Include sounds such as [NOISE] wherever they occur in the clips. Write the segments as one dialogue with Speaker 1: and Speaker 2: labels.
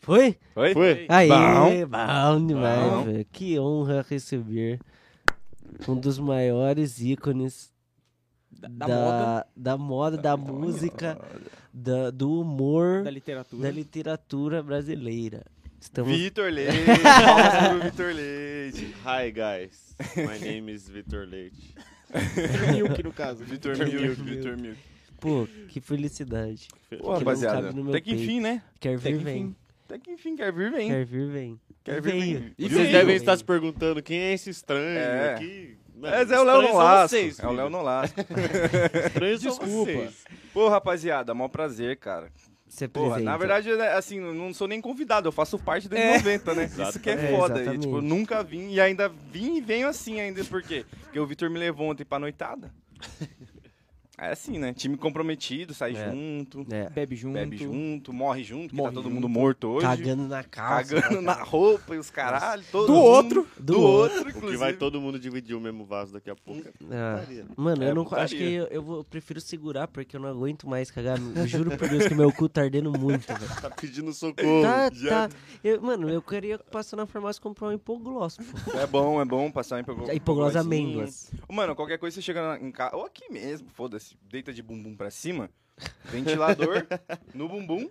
Speaker 1: Foi?
Speaker 2: Oi?
Speaker 3: Foi?
Speaker 1: Aí,
Speaker 2: Bom.
Speaker 1: bom, demais,
Speaker 2: Bom.
Speaker 1: velho. Que honra receber um dos maiores ícones
Speaker 4: Da,
Speaker 1: da,
Speaker 4: da moda,
Speaker 1: da moda, da música, da- do humor,
Speaker 4: da
Speaker 1: da
Speaker 4: literatura.
Speaker 1: literatura brasileira. Estamos
Speaker 2: [LAUGHS]
Speaker 3: Vitor Leite. Palmas pro Vitor Leite. Hi, guys.
Speaker 2: [LAUGHS]
Speaker 3: My name is Vitor Leite.
Speaker 4: Milk, no caso.
Speaker 3: Vitor Milk, Vitor Milk.
Speaker 1: Pô, que felicidade.
Speaker 2: Pô,
Speaker 1: não
Speaker 2: rapaziada,
Speaker 1: cabe no meu
Speaker 2: até que
Speaker 1: peito.
Speaker 2: enfim, né?
Speaker 1: Quer
Speaker 4: Até
Speaker 1: vir,
Speaker 4: que
Speaker 1: vem.
Speaker 4: enfim.
Speaker 2: Até que enfim, quer vir, vem.
Speaker 1: Quer vir, vem.
Speaker 2: Quer vir,
Speaker 1: Veio.
Speaker 2: vem.
Speaker 3: E
Speaker 1: Veio.
Speaker 3: vocês
Speaker 1: Veio.
Speaker 3: devem estar se perguntando quem é esse estranho
Speaker 2: É.
Speaker 3: aqui.
Speaker 2: Mas é o Léo Nolasco.
Speaker 3: Nolasco.
Speaker 2: É o Léo Nolasco.
Speaker 3: Desculpa.
Speaker 4: Desculpa.
Speaker 2: Pô, rapaziada, mó prazer, cara.
Speaker 1: Se
Speaker 2: Porra,
Speaker 1: apresenta.
Speaker 2: na verdade, né, assim, eu não sou nem convidado, eu faço parte dos
Speaker 4: É.
Speaker 2: 90, né? Isso que é
Speaker 1: Exatamente.
Speaker 2: foda.
Speaker 1: É,
Speaker 2: E, tipo, eu
Speaker 1: exatamente.
Speaker 2: nunca vim e ainda vim e venho assim ainda. Por quê? Porque o Vitor me levou ontem pra noitada. É assim, né? Time comprometido, sai
Speaker 1: É.
Speaker 2: junto,
Speaker 1: É.
Speaker 4: Bebe junto.
Speaker 2: bebe junto, morre junto, que
Speaker 4: Morre
Speaker 2: tá todo
Speaker 4: junto.
Speaker 2: mundo morto hoje.
Speaker 1: Cagando na calça.
Speaker 2: Cagando na roupa e os caralho. Todo
Speaker 4: Do
Speaker 2: mundo-
Speaker 4: outro.
Speaker 2: Do,
Speaker 1: Do
Speaker 2: outro,
Speaker 3: O que
Speaker 2: inclusive.
Speaker 3: vai todo mundo dividir o mesmo vaso daqui a pouco.
Speaker 1: Ah.
Speaker 3: Putaria.
Speaker 1: Mano,
Speaker 2: É,
Speaker 1: eu não
Speaker 2: putaria.
Speaker 1: acho que eu, eu vou- eu prefiro segurar porque eu não aguento mais cagar. Eu juro por Deus que meu cu tá ardendo muito,
Speaker 3: [LAUGHS]
Speaker 1: velho.
Speaker 3: Tá pedindo socorro.
Speaker 1: Tá,
Speaker 3: Já-
Speaker 1: tá. Eu- mano, eu queria passar na farmácia e comprar um hipogloss, pô.
Speaker 2: É bom, é bom passar em hipoglose.
Speaker 1: Hipogloss amêndoas.
Speaker 2: Mano, qualquer coisa você chega na- em casa. Ou aqui mesmo, foda-se. Deita de bumbum pra cima.
Speaker 4: [LAUGHS]
Speaker 2: Ventilador no bumbum.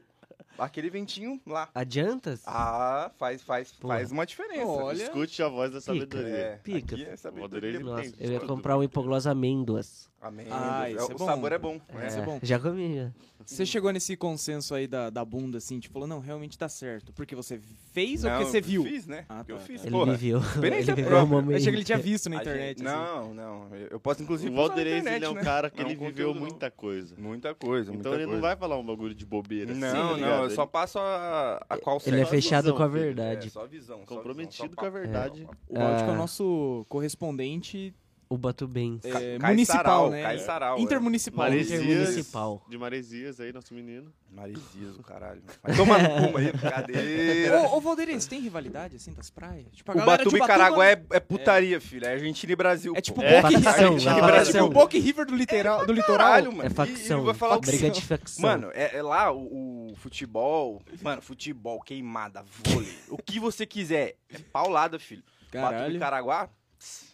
Speaker 2: Aquele ventinho lá.
Speaker 1: Adiantas?
Speaker 2: Ah, faz, faz,
Speaker 1: Porra.
Speaker 2: faz uma diferença.
Speaker 4: Olha.
Speaker 3: Escute a voz da
Speaker 2: É,
Speaker 3: sabedoria.
Speaker 1: Pica.
Speaker 2: aqui é
Speaker 3: Poderia-
Speaker 2: sabedoria.
Speaker 1: Nossa,
Speaker 3: depende,
Speaker 1: eu ia
Speaker 3: tudo.
Speaker 1: comprar um hipogloss amêndoas.
Speaker 2: Amém.
Speaker 4: Ah, isso é
Speaker 2: o
Speaker 4: bom.
Speaker 2: sabor é bom.
Speaker 4: É. Isso
Speaker 2: né?
Speaker 4: bom.
Speaker 1: Já comi. já.
Speaker 4: Você chegou nesse consenso aí da, da bunda, assim, tipo, falou, não, realmente tá certo. Porque você fez ou
Speaker 2: Não,
Speaker 4: porque é você
Speaker 2: eu
Speaker 4: viu?
Speaker 2: fiz, né?
Speaker 4: Ah,
Speaker 2: Porque eu
Speaker 4: tá,
Speaker 2: fiz,
Speaker 1: Ele
Speaker 2: porra.
Speaker 1: viveu.
Speaker 2: experiência
Speaker 1: Ele viveu
Speaker 2: própria.
Speaker 1: um momento.
Speaker 4: Eu achei que ele tinha visto na
Speaker 2: A
Speaker 4: internet.
Speaker 2: gente-
Speaker 4: assim.
Speaker 2: Não, não. Eu eu posso, inclusive,
Speaker 3: O
Speaker 2: usar na
Speaker 3: Valderez,
Speaker 2: internet,
Speaker 3: ele é um
Speaker 2: né?
Speaker 3: cara que
Speaker 2: Não,
Speaker 3: ele
Speaker 2: conteúdo
Speaker 3: viveu
Speaker 2: não.
Speaker 3: muita coisa.
Speaker 2: Muita coisa, muita
Speaker 3: Então ele
Speaker 2: coisa.
Speaker 3: não vai falar um bagulho de bobeira. assim,
Speaker 2: Não,
Speaker 3: tá
Speaker 2: não,
Speaker 3: ligado?
Speaker 2: eu só passo a, a qual
Speaker 1: Ele é
Speaker 2: certo.
Speaker 1: fechado
Speaker 3: visão,
Speaker 1: com a
Speaker 3: filho.
Speaker 1: verdade.
Speaker 2: É, só visão. só
Speaker 3: Comprometido
Speaker 2: visão, só
Speaker 3: com a
Speaker 2: papo.
Speaker 3: verdade.
Speaker 4: O Valdir que é o
Speaker 1: Ah.
Speaker 4: nosso correspondente
Speaker 1: O Batubem.
Speaker 4: é,
Speaker 2: Ca- é. Cai
Speaker 4: municipal,
Speaker 2: sarau,
Speaker 4: né?
Speaker 2: Cai sarau,
Speaker 4: Intermunicipal.
Speaker 3: Maresias.
Speaker 1: Intermunicipal.
Speaker 3: De Maresias aí, nosso menino.
Speaker 2: é. Marizias, o
Speaker 4: [LAUGHS]
Speaker 2: caralho. Vai tomar no cu aí, brincadeira.
Speaker 4: Ô, ô Valdeires, tem rivalidade assim das praias? Tipo, a
Speaker 2: O
Speaker 4: galera de
Speaker 2: Batuba e
Speaker 4: Ubatuba-
Speaker 2: Caraguá é, é putaria, filho. É Argentina e Brasil.
Speaker 4: É tipo
Speaker 2: pô.
Speaker 4: o
Speaker 3: É,
Speaker 4: Boca
Speaker 1: facção,
Speaker 4: River.
Speaker 2: é
Speaker 4: É tipo
Speaker 2: facção.
Speaker 4: o Boca River do litoral. Do litoral.
Speaker 2: Caralho, mano.
Speaker 1: É
Speaker 2: E- e
Speaker 1: facção.
Speaker 2: vai falar o que
Speaker 1: Briga de facção.
Speaker 2: Mano, é, é lá o, o futebol. Mano, futebol, queimada, vôlei. o que você quiser. É paulada, filho. Batuba e
Speaker 4: Caralho.
Speaker 2: Caraguá. tss.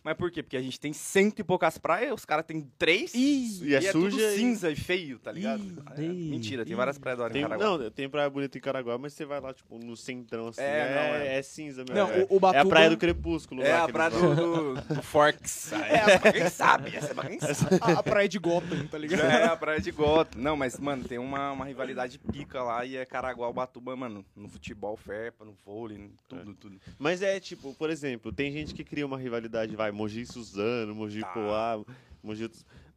Speaker 2: Mas por quê? Porque a gente tem cento e poucas praias, os caras têm três.
Speaker 4: Ih,
Speaker 3: E é,
Speaker 2: tudo
Speaker 3: suja. e-
Speaker 2: cinza e feio, tá ligado?
Speaker 4: Ih,
Speaker 2: É,
Speaker 1: ih,
Speaker 2: mentira, tem
Speaker 1: ih.
Speaker 2: várias praias da hora em
Speaker 3: Tem, um-
Speaker 2: Caraguá.
Speaker 3: não, tem praia bonita em Caraguá, mas você vai lá, tipo, no centrão, assim.
Speaker 2: É,
Speaker 3: É,
Speaker 2: não, é.
Speaker 3: é. cinza mesmo.
Speaker 4: Não,
Speaker 3: é.
Speaker 4: o- o
Speaker 3: é a
Speaker 4: Batuba-
Speaker 3: praia do crepúsculo.
Speaker 2: É
Speaker 3: lá, um-
Speaker 2: a
Speaker 3: que eles
Speaker 2: praia
Speaker 3: falam.
Speaker 2: do, do, do Forks. É, a- pra quem sabe, essa é pra quem sabe.
Speaker 4: A, a praia de Gotham, tá ligado?
Speaker 2: Já é a praia de Gotham. Não, mas, mano, tem uma, uma rivalidade pica lá e é Caraguá, Ubatuba, mano. No futebol, ferpa, no vôlei, no tudo, tudo.
Speaker 3: Mas é, tipo, por exemplo, tem gente que cria uma rivalidade, vai, Mogi e Suzano, Mogi
Speaker 2: Tá.
Speaker 3: Poá, Mogi...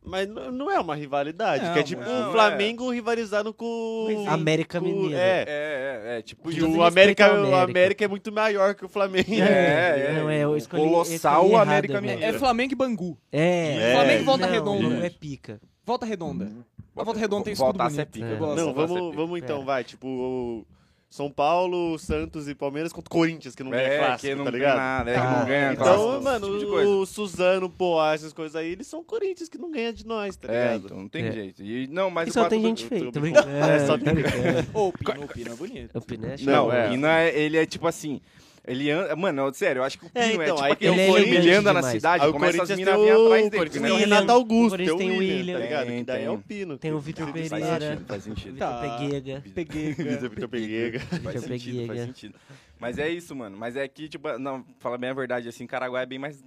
Speaker 3: Mas n- não é uma rivalidade,
Speaker 4: Não,
Speaker 3: que é tipo
Speaker 2: não,
Speaker 3: o Flamengo rivalizando com...
Speaker 1: América
Speaker 3: com-
Speaker 1: Mineiro.
Speaker 3: É,
Speaker 2: É, é, é. Tipo,
Speaker 3: que
Speaker 1: Tem
Speaker 3: o
Speaker 1: que
Speaker 3: América,
Speaker 1: respeitar o
Speaker 3: o
Speaker 1: América.
Speaker 3: América é muito maior que o Flamengo.
Speaker 2: É, é,
Speaker 1: Não, é, eu
Speaker 2: o
Speaker 1: escolhi,
Speaker 2: colossal
Speaker 1: escolhi errado,
Speaker 2: América
Speaker 1: velho.
Speaker 2: Mineiro.
Speaker 4: É Flamengo e Bangu.
Speaker 1: É.
Speaker 3: É. Flamengo e
Speaker 4: Volta
Speaker 1: não,
Speaker 4: Redonda.
Speaker 1: Não é pica.
Speaker 4: Volta Redonda.
Speaker 1: Uhum.
Speaker 4: A Volta Redonda tem escudo
Speaker 2: Voltar
Speaker 4: bonito.
Speaker 2: a ser pica.
Speaker 1: É.
Speaker 4: Eu
Speaker 3: [LAUGHS]
Speaker 4: gosto.
Speaker 3: Não,
Speaker 2: Nossa, vai ser
Speaker 3: vamos,
Speaker 2: pica.
Speaker 3: vamos então,
Speaker 1: É.
Speaker 3: vai. Tipo, o São Paulo, Santos e Palmeiras contra o Corinthians, que não ganha
Speaker 2: É,
Speaker 3: clássico,
Speaker 2: que não
Speaker 3: tá
Speaker 2: tem
Speaker 3: ligado?
Speaker 2: nada, é, que
Speaker 1: Tá.
Speaker 2: não ganha
Speaker 3: Então,
Speaker 2: clássico, esse
Speaker 3: mano,
Speaker 2: tipo de coisa.
Speaker 3: o Suzano, Poá, essas coisas aí, eles são Corinthians que não ganha de nós, tá
Speaker 2: É,
Speaker 3: ligado?
Speaker 2: então não tem
Speaker 1: É.
Speaker 2: jeito. E, não, mas
Speaker 1: E
Speaker 2: o
Speaker 1: só tem
Speaker 2: Batuba-
Speaker 1: gente
Speaker 3: eu
Speaker 1: feia.
Speaker 3: tô
Speaker 1: Tô
Speaker 3: me-
Speaker 1: brincando.
Speaker 3: É,
Speaker 1: [LAUGHS]
Speaker 3: só tem-
Speaker 1: tô brincando.
Speaker 4: Ô, o Pino, o Pino é bonito.
Speaker 1: O Piné é
Speaker 2: Não,
Speaker 3: Não, é.
Speaker 2: o Pina, ele é tipo assim. Ele anda. Mano, eu- sério, eu acho que o Pino
Speaker 3: É,
Speaker 2: é,
Speaker 3: então,
Speaker 2: tipo
Speaker 3: aí
Speaker 2: aquele
Speaker 1: tem o
Speaker 2: Flamengo,
Speaker 1: Corinthians
Speaker 2: ele anda na
Speaker 1: demais.
Speaker 2: cidade,
Speaker 3: Aí o
Speaker 2: começa as
Speaker 3: Corinthians
Speaker 2: minas
Speaker 3: tem
Speaker 2: vinham
Speaker 3: o-
Speaker 2: atrás dele.
Speaker 3: Corinthians
Speaker 2: né?
Speaker 3: tem o
Speaker 1: William.
Speaker 3: Renato
Speaker 1: O
Speaker 3: Augusto, tem
Speaker 1: Corinthians
Speaker 3: o
Speaker 1: tem o
Speaker 3: William,
Speaker 1: William.
Speaker 3: tá ligado? Que daí
Speaker 2: Tem,
Speaker 3: é o
Speaker 2: tem.
Speaker 3: Pino.
Speaker 1: Tem o Vitor
Speaker 2: Faz
Speaker 1: Pereira,
Speaker 2: sentido, faz
Speaker 3: [LAUGHS]
Speaker 2: sentido.
Speaker 1: Vitor
Speaker 4: Tá.
Speaker 1: Peguega.
Speaker 4: Peguei. cara.
Speaker 3: Vitor Peguega.
Speaker 2: Faz
Speaker 1: Vitor
Speaker 2: sentido, faz
Speaker 1: Peguega.
Speaker 2: sentido. Mas é isso, mano. Mas é que, tipo, não, fala bem a verdade, assim, Caraguá é bem mais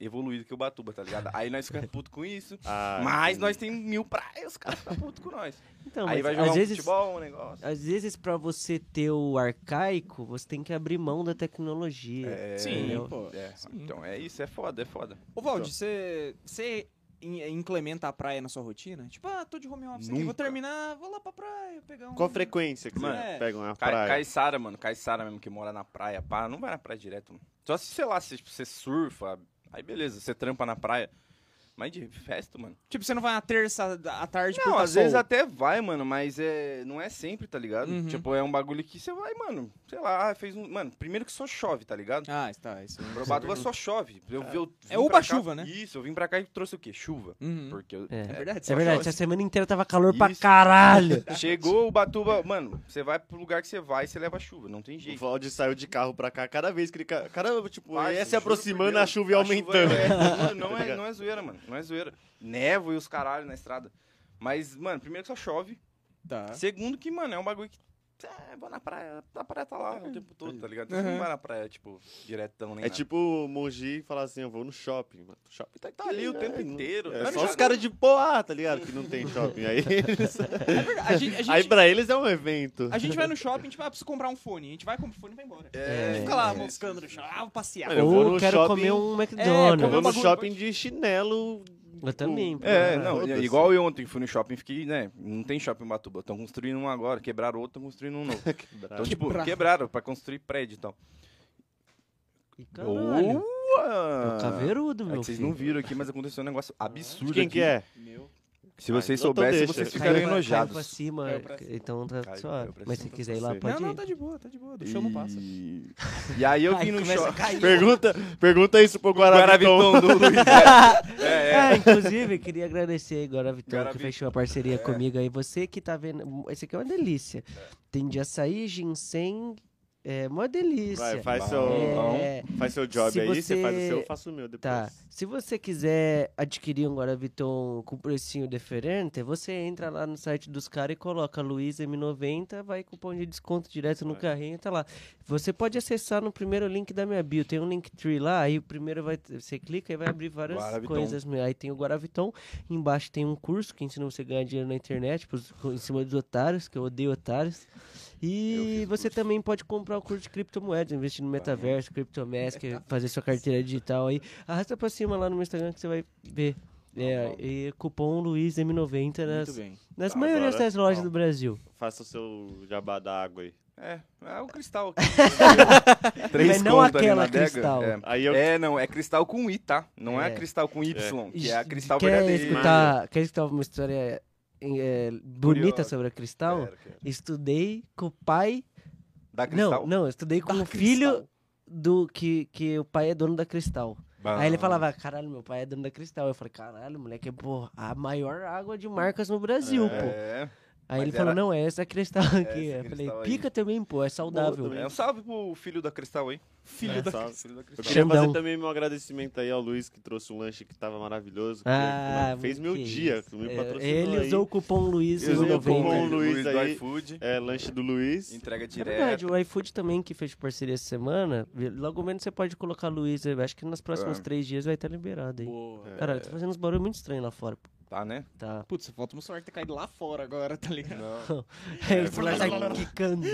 Speaker 2: evoluído que o Batuba, tá ligado? Aí nós ficamos putos com isso.
Speaker 3: Ah,
Speaker 2: Mas nós temos mil praias, os caras ficam putos com nós.
Speaker 1: Então,
Speaker 2: Aí
Speaker 1: mas
Speaker 2: vai jogar
Speaker 1: às
Speaker 2: um
Speaker 1: vezes,
Speaker 2: futebol, um negócio.
Speaker 1: às vezes pra você ter o arcaico, você tem que abrir mão da tecnologia.
Speaker 2: É,
Speaker 4: Sim,
Speaker 1: entendeu?
Speaker 4: pô.
Speaker 2: É,
Speaker 4: Sim.
Speaker 2: então é isso, é foda, é foda.
Speaker 4: Ô, Valdir, você você in- implementa a praia na sua rotina? Tipo, ah, tô de home office aqui, vou
Speaker 2: Nunca.
Speaker 4: terminar, vou lá pra praia, pegar um...
Speaker 3: Com a frequência que
Speaker 2: Mano,
Speaker 3: você pega uma
Speaker 2: Cai,
Speaker 3: praia.
Speaker 2: Caissara, mano, Caissara mesmo que mora na praia, pá, não vai na praia direto. Mano. Só se, sei lá, se tipo, você surfa, aí beleza, você trampa na praia. Mas de festa, mano.
Speaker 4: Tipo, você não vai na terça da- à tarde
Speaker 2: não,
Speaker 4: porque
Speaker 2: às
Speaker 4: tá
Speaker 2: vezes
Speaker 4: sol.
Speaker 2: até vai, mano, mas é, não é sempre, tá ligado?
Speaker 4: Uhum.
Speaker 2: Tipo, é um bagulho que você vai, mano, sei lá, ah, fez um. Mano, primeiro que só chove, tá ligado?
Speaker 4: Ah, está, isso.
Speaker 2: Probatuba só chove. Eu, eu vim
Speaker 4: É uba
Speaker 2: pra cá-
Speaker 4: chuva, né?
Speaker 2: Isso, eu vim pra cá e trouxe o quê? Chuva.
Speaker 4: Uhum.
Speaker 2: Porque eu-
Speaker 1: É.
Speaker 4: verdade,
Speaker 1: É verdade, essa semana inteira tava calor pra
Speaker 2: Isso. [LAUGHS]
Speaker 1: caralho.
Speaker 2: Chegou o Batuba, mano, você vai pro lugar que você vai, você leva chuva, não tem
Speaker 3: O
Speaker 2: jeito.
Speaker 3: Valdir saiu de carro pra cá cada vez que ele. ca- Caramba, tipo,
Speaker 2: Parça,
Speaker 3: ia se
Speaker 2: juro por
Speaker 3: aproximando,
Speaker 2: Deus,
Speaker 3: a chuva ia aumentando. [LAUGHS]
Speaker 2: é, juro, não,
Speaker 3: Tá
Speaker 2: é,
Speaker 3: ligado?
Speaker 2: não é zoeira, mano, não é zoeira. Nevo e os caralho na estrada. Mas, mano, primeiro que só chove.
Speaker 4: Tá.
Speaker 2: Segundo que, mano, é um bagulho que... É, vou na praia, a praia tá lá o tempo todo, tá ligado? Você
Speaker 4: Uhum.
Speaker 2: não vai na praia, tipo, diretão, nem
Speaker 3: É
Speaker 2: nada.
Speaker 3: tipo o Mongi falar assim: eu vou no shopping, mano. O shopping tá, aqui,
Speaker 2: Tá ali o
Speaker 3: né?
Speaker 2: tempo inteiro.
Speaker 3: É
Speaker 2: Mas
Speaker 3: só
Speaker 2: já-
Speaker 3: os caras de Poá, tá ligado? Que não [LAUGHS] tem shopping. Aí, eles-
Speaker 4: É verdade. A gente, a gente-
Speaker 3: aí pra eles é um evento.
Speaker 4: a gente vai no shopping, tipo, ah, preciso comprar um fone. A gente vai, compra o fone e vai embora.
Speaker 1: É,
Speaker 4: Fica lá
Speaker 2: é,
Speaker 4: moscando no shopping. Ah, vou passear.
Speaker 3: Mano, eu vou
Speaker 1: Ou
Speaker 3: no
Speaker 1: quero
Speaker 3: shopping-
Speaker 1: comer um
Speaker 4: É,
Speaker 3: Eu
Speaker 1: McDonald's.
Speaker 4: comer
Speaker 3: vou no
Speaker 4: bagulho-
Speaker 3: shopping de chinelo. tipo,
Speaker 1: Eu também, pô.
Speaker 2: É, não,
Speaker 3: né? Foda-se.
Speaker 2: igual eu ontem fui no shopping, fiquei, né, não tem shopping em Batuba, estão construindo um agora, quebraram outro, estão construindo
Speaker 3: [LAUGHS]
Speaker 2: um novo.
Speaker 3: Quebrado.
Speaker 2: Então, tipo,
Speaker 4: Quebraram.
Speaker 2: quebraram pra construir prédio e tal.
Speaker 1: E Caralho. É o caveirudo,
Speaker 2: É
Speaker 1: meu
Speaker 2: que vocês não
Speaker 1: filho.
Speaker 2: viram aqui, mas aconteceu um negócio absurdo
Speaker 3: Quem
Speaker 2: aqui.
Speaker 1: [LAUGHS]
Speaker 3: que é?
Speaker 4: Meu.
Speaker 2: Se vocês
Speaker 3: Ah, então
Speaker 2: soubessem,
Speaker 3: deixa.
Speaker 2: vocês
Speaker 3: Caiu
Speaker 2: ficariam
Speaker 1: pra-
Speaker 2: enojados.
Speaker 1: Caiu pra cima,
Speaker 4: Caiu pra cima.
Speaker 1: então tá
Speaker 2: Caiu-
Speaker 1: suave.
Speaker 2: caiu pra
Speaker 1: Mas se
Speaker 2: cima.
Speaker 1: quiser ir lá,
Speaker 3: Não,
Speaker 1: pode
Speaker 4: Não,
Speaker 1: ir.
Speaker 4: não, tá de boa, tá de boa. Do show não passa.
Speaker 2: E, e aí eu vim no
Speaker 1: começa a [LAUGHS]
Speaker 2: shopping.
Speaker 1: cair.
Speaker 3: Pergunta, pergunta isso pro Guaraviton.
Speaker 2: Guaraviton do Luiz.
Speaker 1: [LAUGHS]
Speaker 2: É, é, é.
Speaker 1: Ah, inclusive, eu queria agradecer aí, Guaravitão, que
Speaker 2: Guaraviton.
Speaker 1: fechou a parceria comigo aí. Você que tá vendo. Esse aqui é uma delícia. Tem de açaí, ginseng. É uma delícia.
Speaker 3: Vai, faz
Speaker 2: Bom.
Speaker 3: seu,
Speaker 1: É,
Speaker 3: faz seu job
Speaker 1: Se
Speaker 3: aí, você
Speaker 1: você-
Speaker 3: faz o seu, eu faço o meu depois.
Speaker 1: Tá. Se você quiser adquirir um Guaraviton com precinho diferente, você entra lá no site dos caras e coloca Luiz M90, vai cupom de desconto direto no
Speaker 3: Vai.
Speaker 1: carrinho, tá lá. Você pode acessar no primeiro link da minha bio, tem um link tree lá, aí o primeiro vai você clica e vai abrir várias
Speaker 2: Guaraviton.
Speaker 1: coisas, meu. aí tem o Guaraviton, embaixo tem um curso que ensina você a ganhar dinheiro na internet, pros- em cima dos otários, que eu odeio otários.
Speaker 2: Eu
Speaker 1: E
Speaker 2: fiz
Speaker 1: você também pode comprar o curso de criptomoedas, investir no metaverso, criptomask, fazer sua carteira digital aí. Arrasta pra cima lá no meu Instagram que você vai ver. É, e cupom Luiz M90
Speaker 4: Muito
Speaker 1: nas,
Speaker 4: bem.
Speaker 1: nas
Speaker 3: Tá,
Speaker 1: maioria
Speaker 3: agora-
Speaker 1: das lojas
Speaker 3: ó.
Speaker 1: do Brasil.
Speaker 3: Faça o seu jabá da água aí.
Speaker 2: É, é o cristal.
Speaker 1: Mas não
Speaker 2: conto ali
Speaker 1: aquela
Speaker 2: na adega,
Speaker 1: cristal.
Speaker 2: É.
Speaker 3: Aí eu.
Speaker 2: É, não, é cristal com I, tá? Não é,
Speaker 1: É.
Speaker 2: cristal com Y, que é a cristal
Speaker 1: quer
Speaker 2: verdadeira.
Speaker 1: escutar, quer escutar uma história é, bonita
Speaker 2: Curiosa. É.
Speaker 1: sobre a cristal?
Speaker 2: Quero, quero.
Speaker 1: Estudei com o pai.
Speaker 2: Da cristal.
Speaker 1: Não, não, eu estudei com
Speaker 2: Da
Speaker 1: o filho
Speaker 2: Cristal.
Speaker 1: do que, que o pai é dono da cristal.
Speaker 2: Bah.
Speaker 1: Aí ele falava, caralho, meu pai é dono da Cristal. Eu falei, caralho, moleque, pô, a maior água de marcas no Brasil, pô.
Speaker 2: É,
Speaker 1: Aí ele
Speaker 2: mas
Speaker 1: falou,
Speaker 2: era-
Speaker 1: não, é essa Cristal aqui.
Speaker 2: [LAUGHS] essa
Speaker 1: eu falei,
Speaker 2: Cristal aí.
Speaker 1: pica também, pô, é saudável.
Speaker 3: Boa
Speaker 2: é um salve pro filho da cristal aí.
Speaker 3: Filho da-
Speaker 2: Filho da
Speaker 3: Eu
Speaker 2: cristal.
Speaker 3: queria
Speaker 1: Xandão.
Speaker 3: fazer também meu agradecimento aí ao Luiz que trouxe um lanche que tava maravilhoso. que
Speaker 1: ah,
Speaker 3: fez meu
Speaker 1: que
Speaker 3: dia,
Speaker 1: isso.
Speaker 3: que me
Speaker 1: É,
Speaker 3: patrocinou.
Speaker 1: Ele
Speaker 3: aí.
Speaker 1: usou o cupom Luiz
Speaker 3: Eu usei o
Speaker 1: 90.
Speaker 3: cupom
Speaker 1: É
Speaker 3: Luiz
Speaker 2: do
Speaker 3: aí.
Speaker 2: iFood.
Speaker 3: É, lanche do Luiz.
Speaker 1: Então,
Speaker 2: Entrega
Speaker 1: verdade,
Speaker 2: direto.
Speaker 1: o iFood também, que fez parceria essa semana, logo menos você pode colocar Luiz, eu acho que nos próximos
Speaker 2: É.
Speaker 1: três dias vai estar liberado aí.
Speaker 4: Boa.
Speaker 1: Caralho, tá fazendo uns barulhos muito estranhos lá fora, pô.
Speaker 2: Tá, né?
Speaker 1: Tá.
Speaker 4: Putz, falta uma sorte ter caído lá fora agora, tá ligado?
Speaker 1: Aí o celular sai quicando.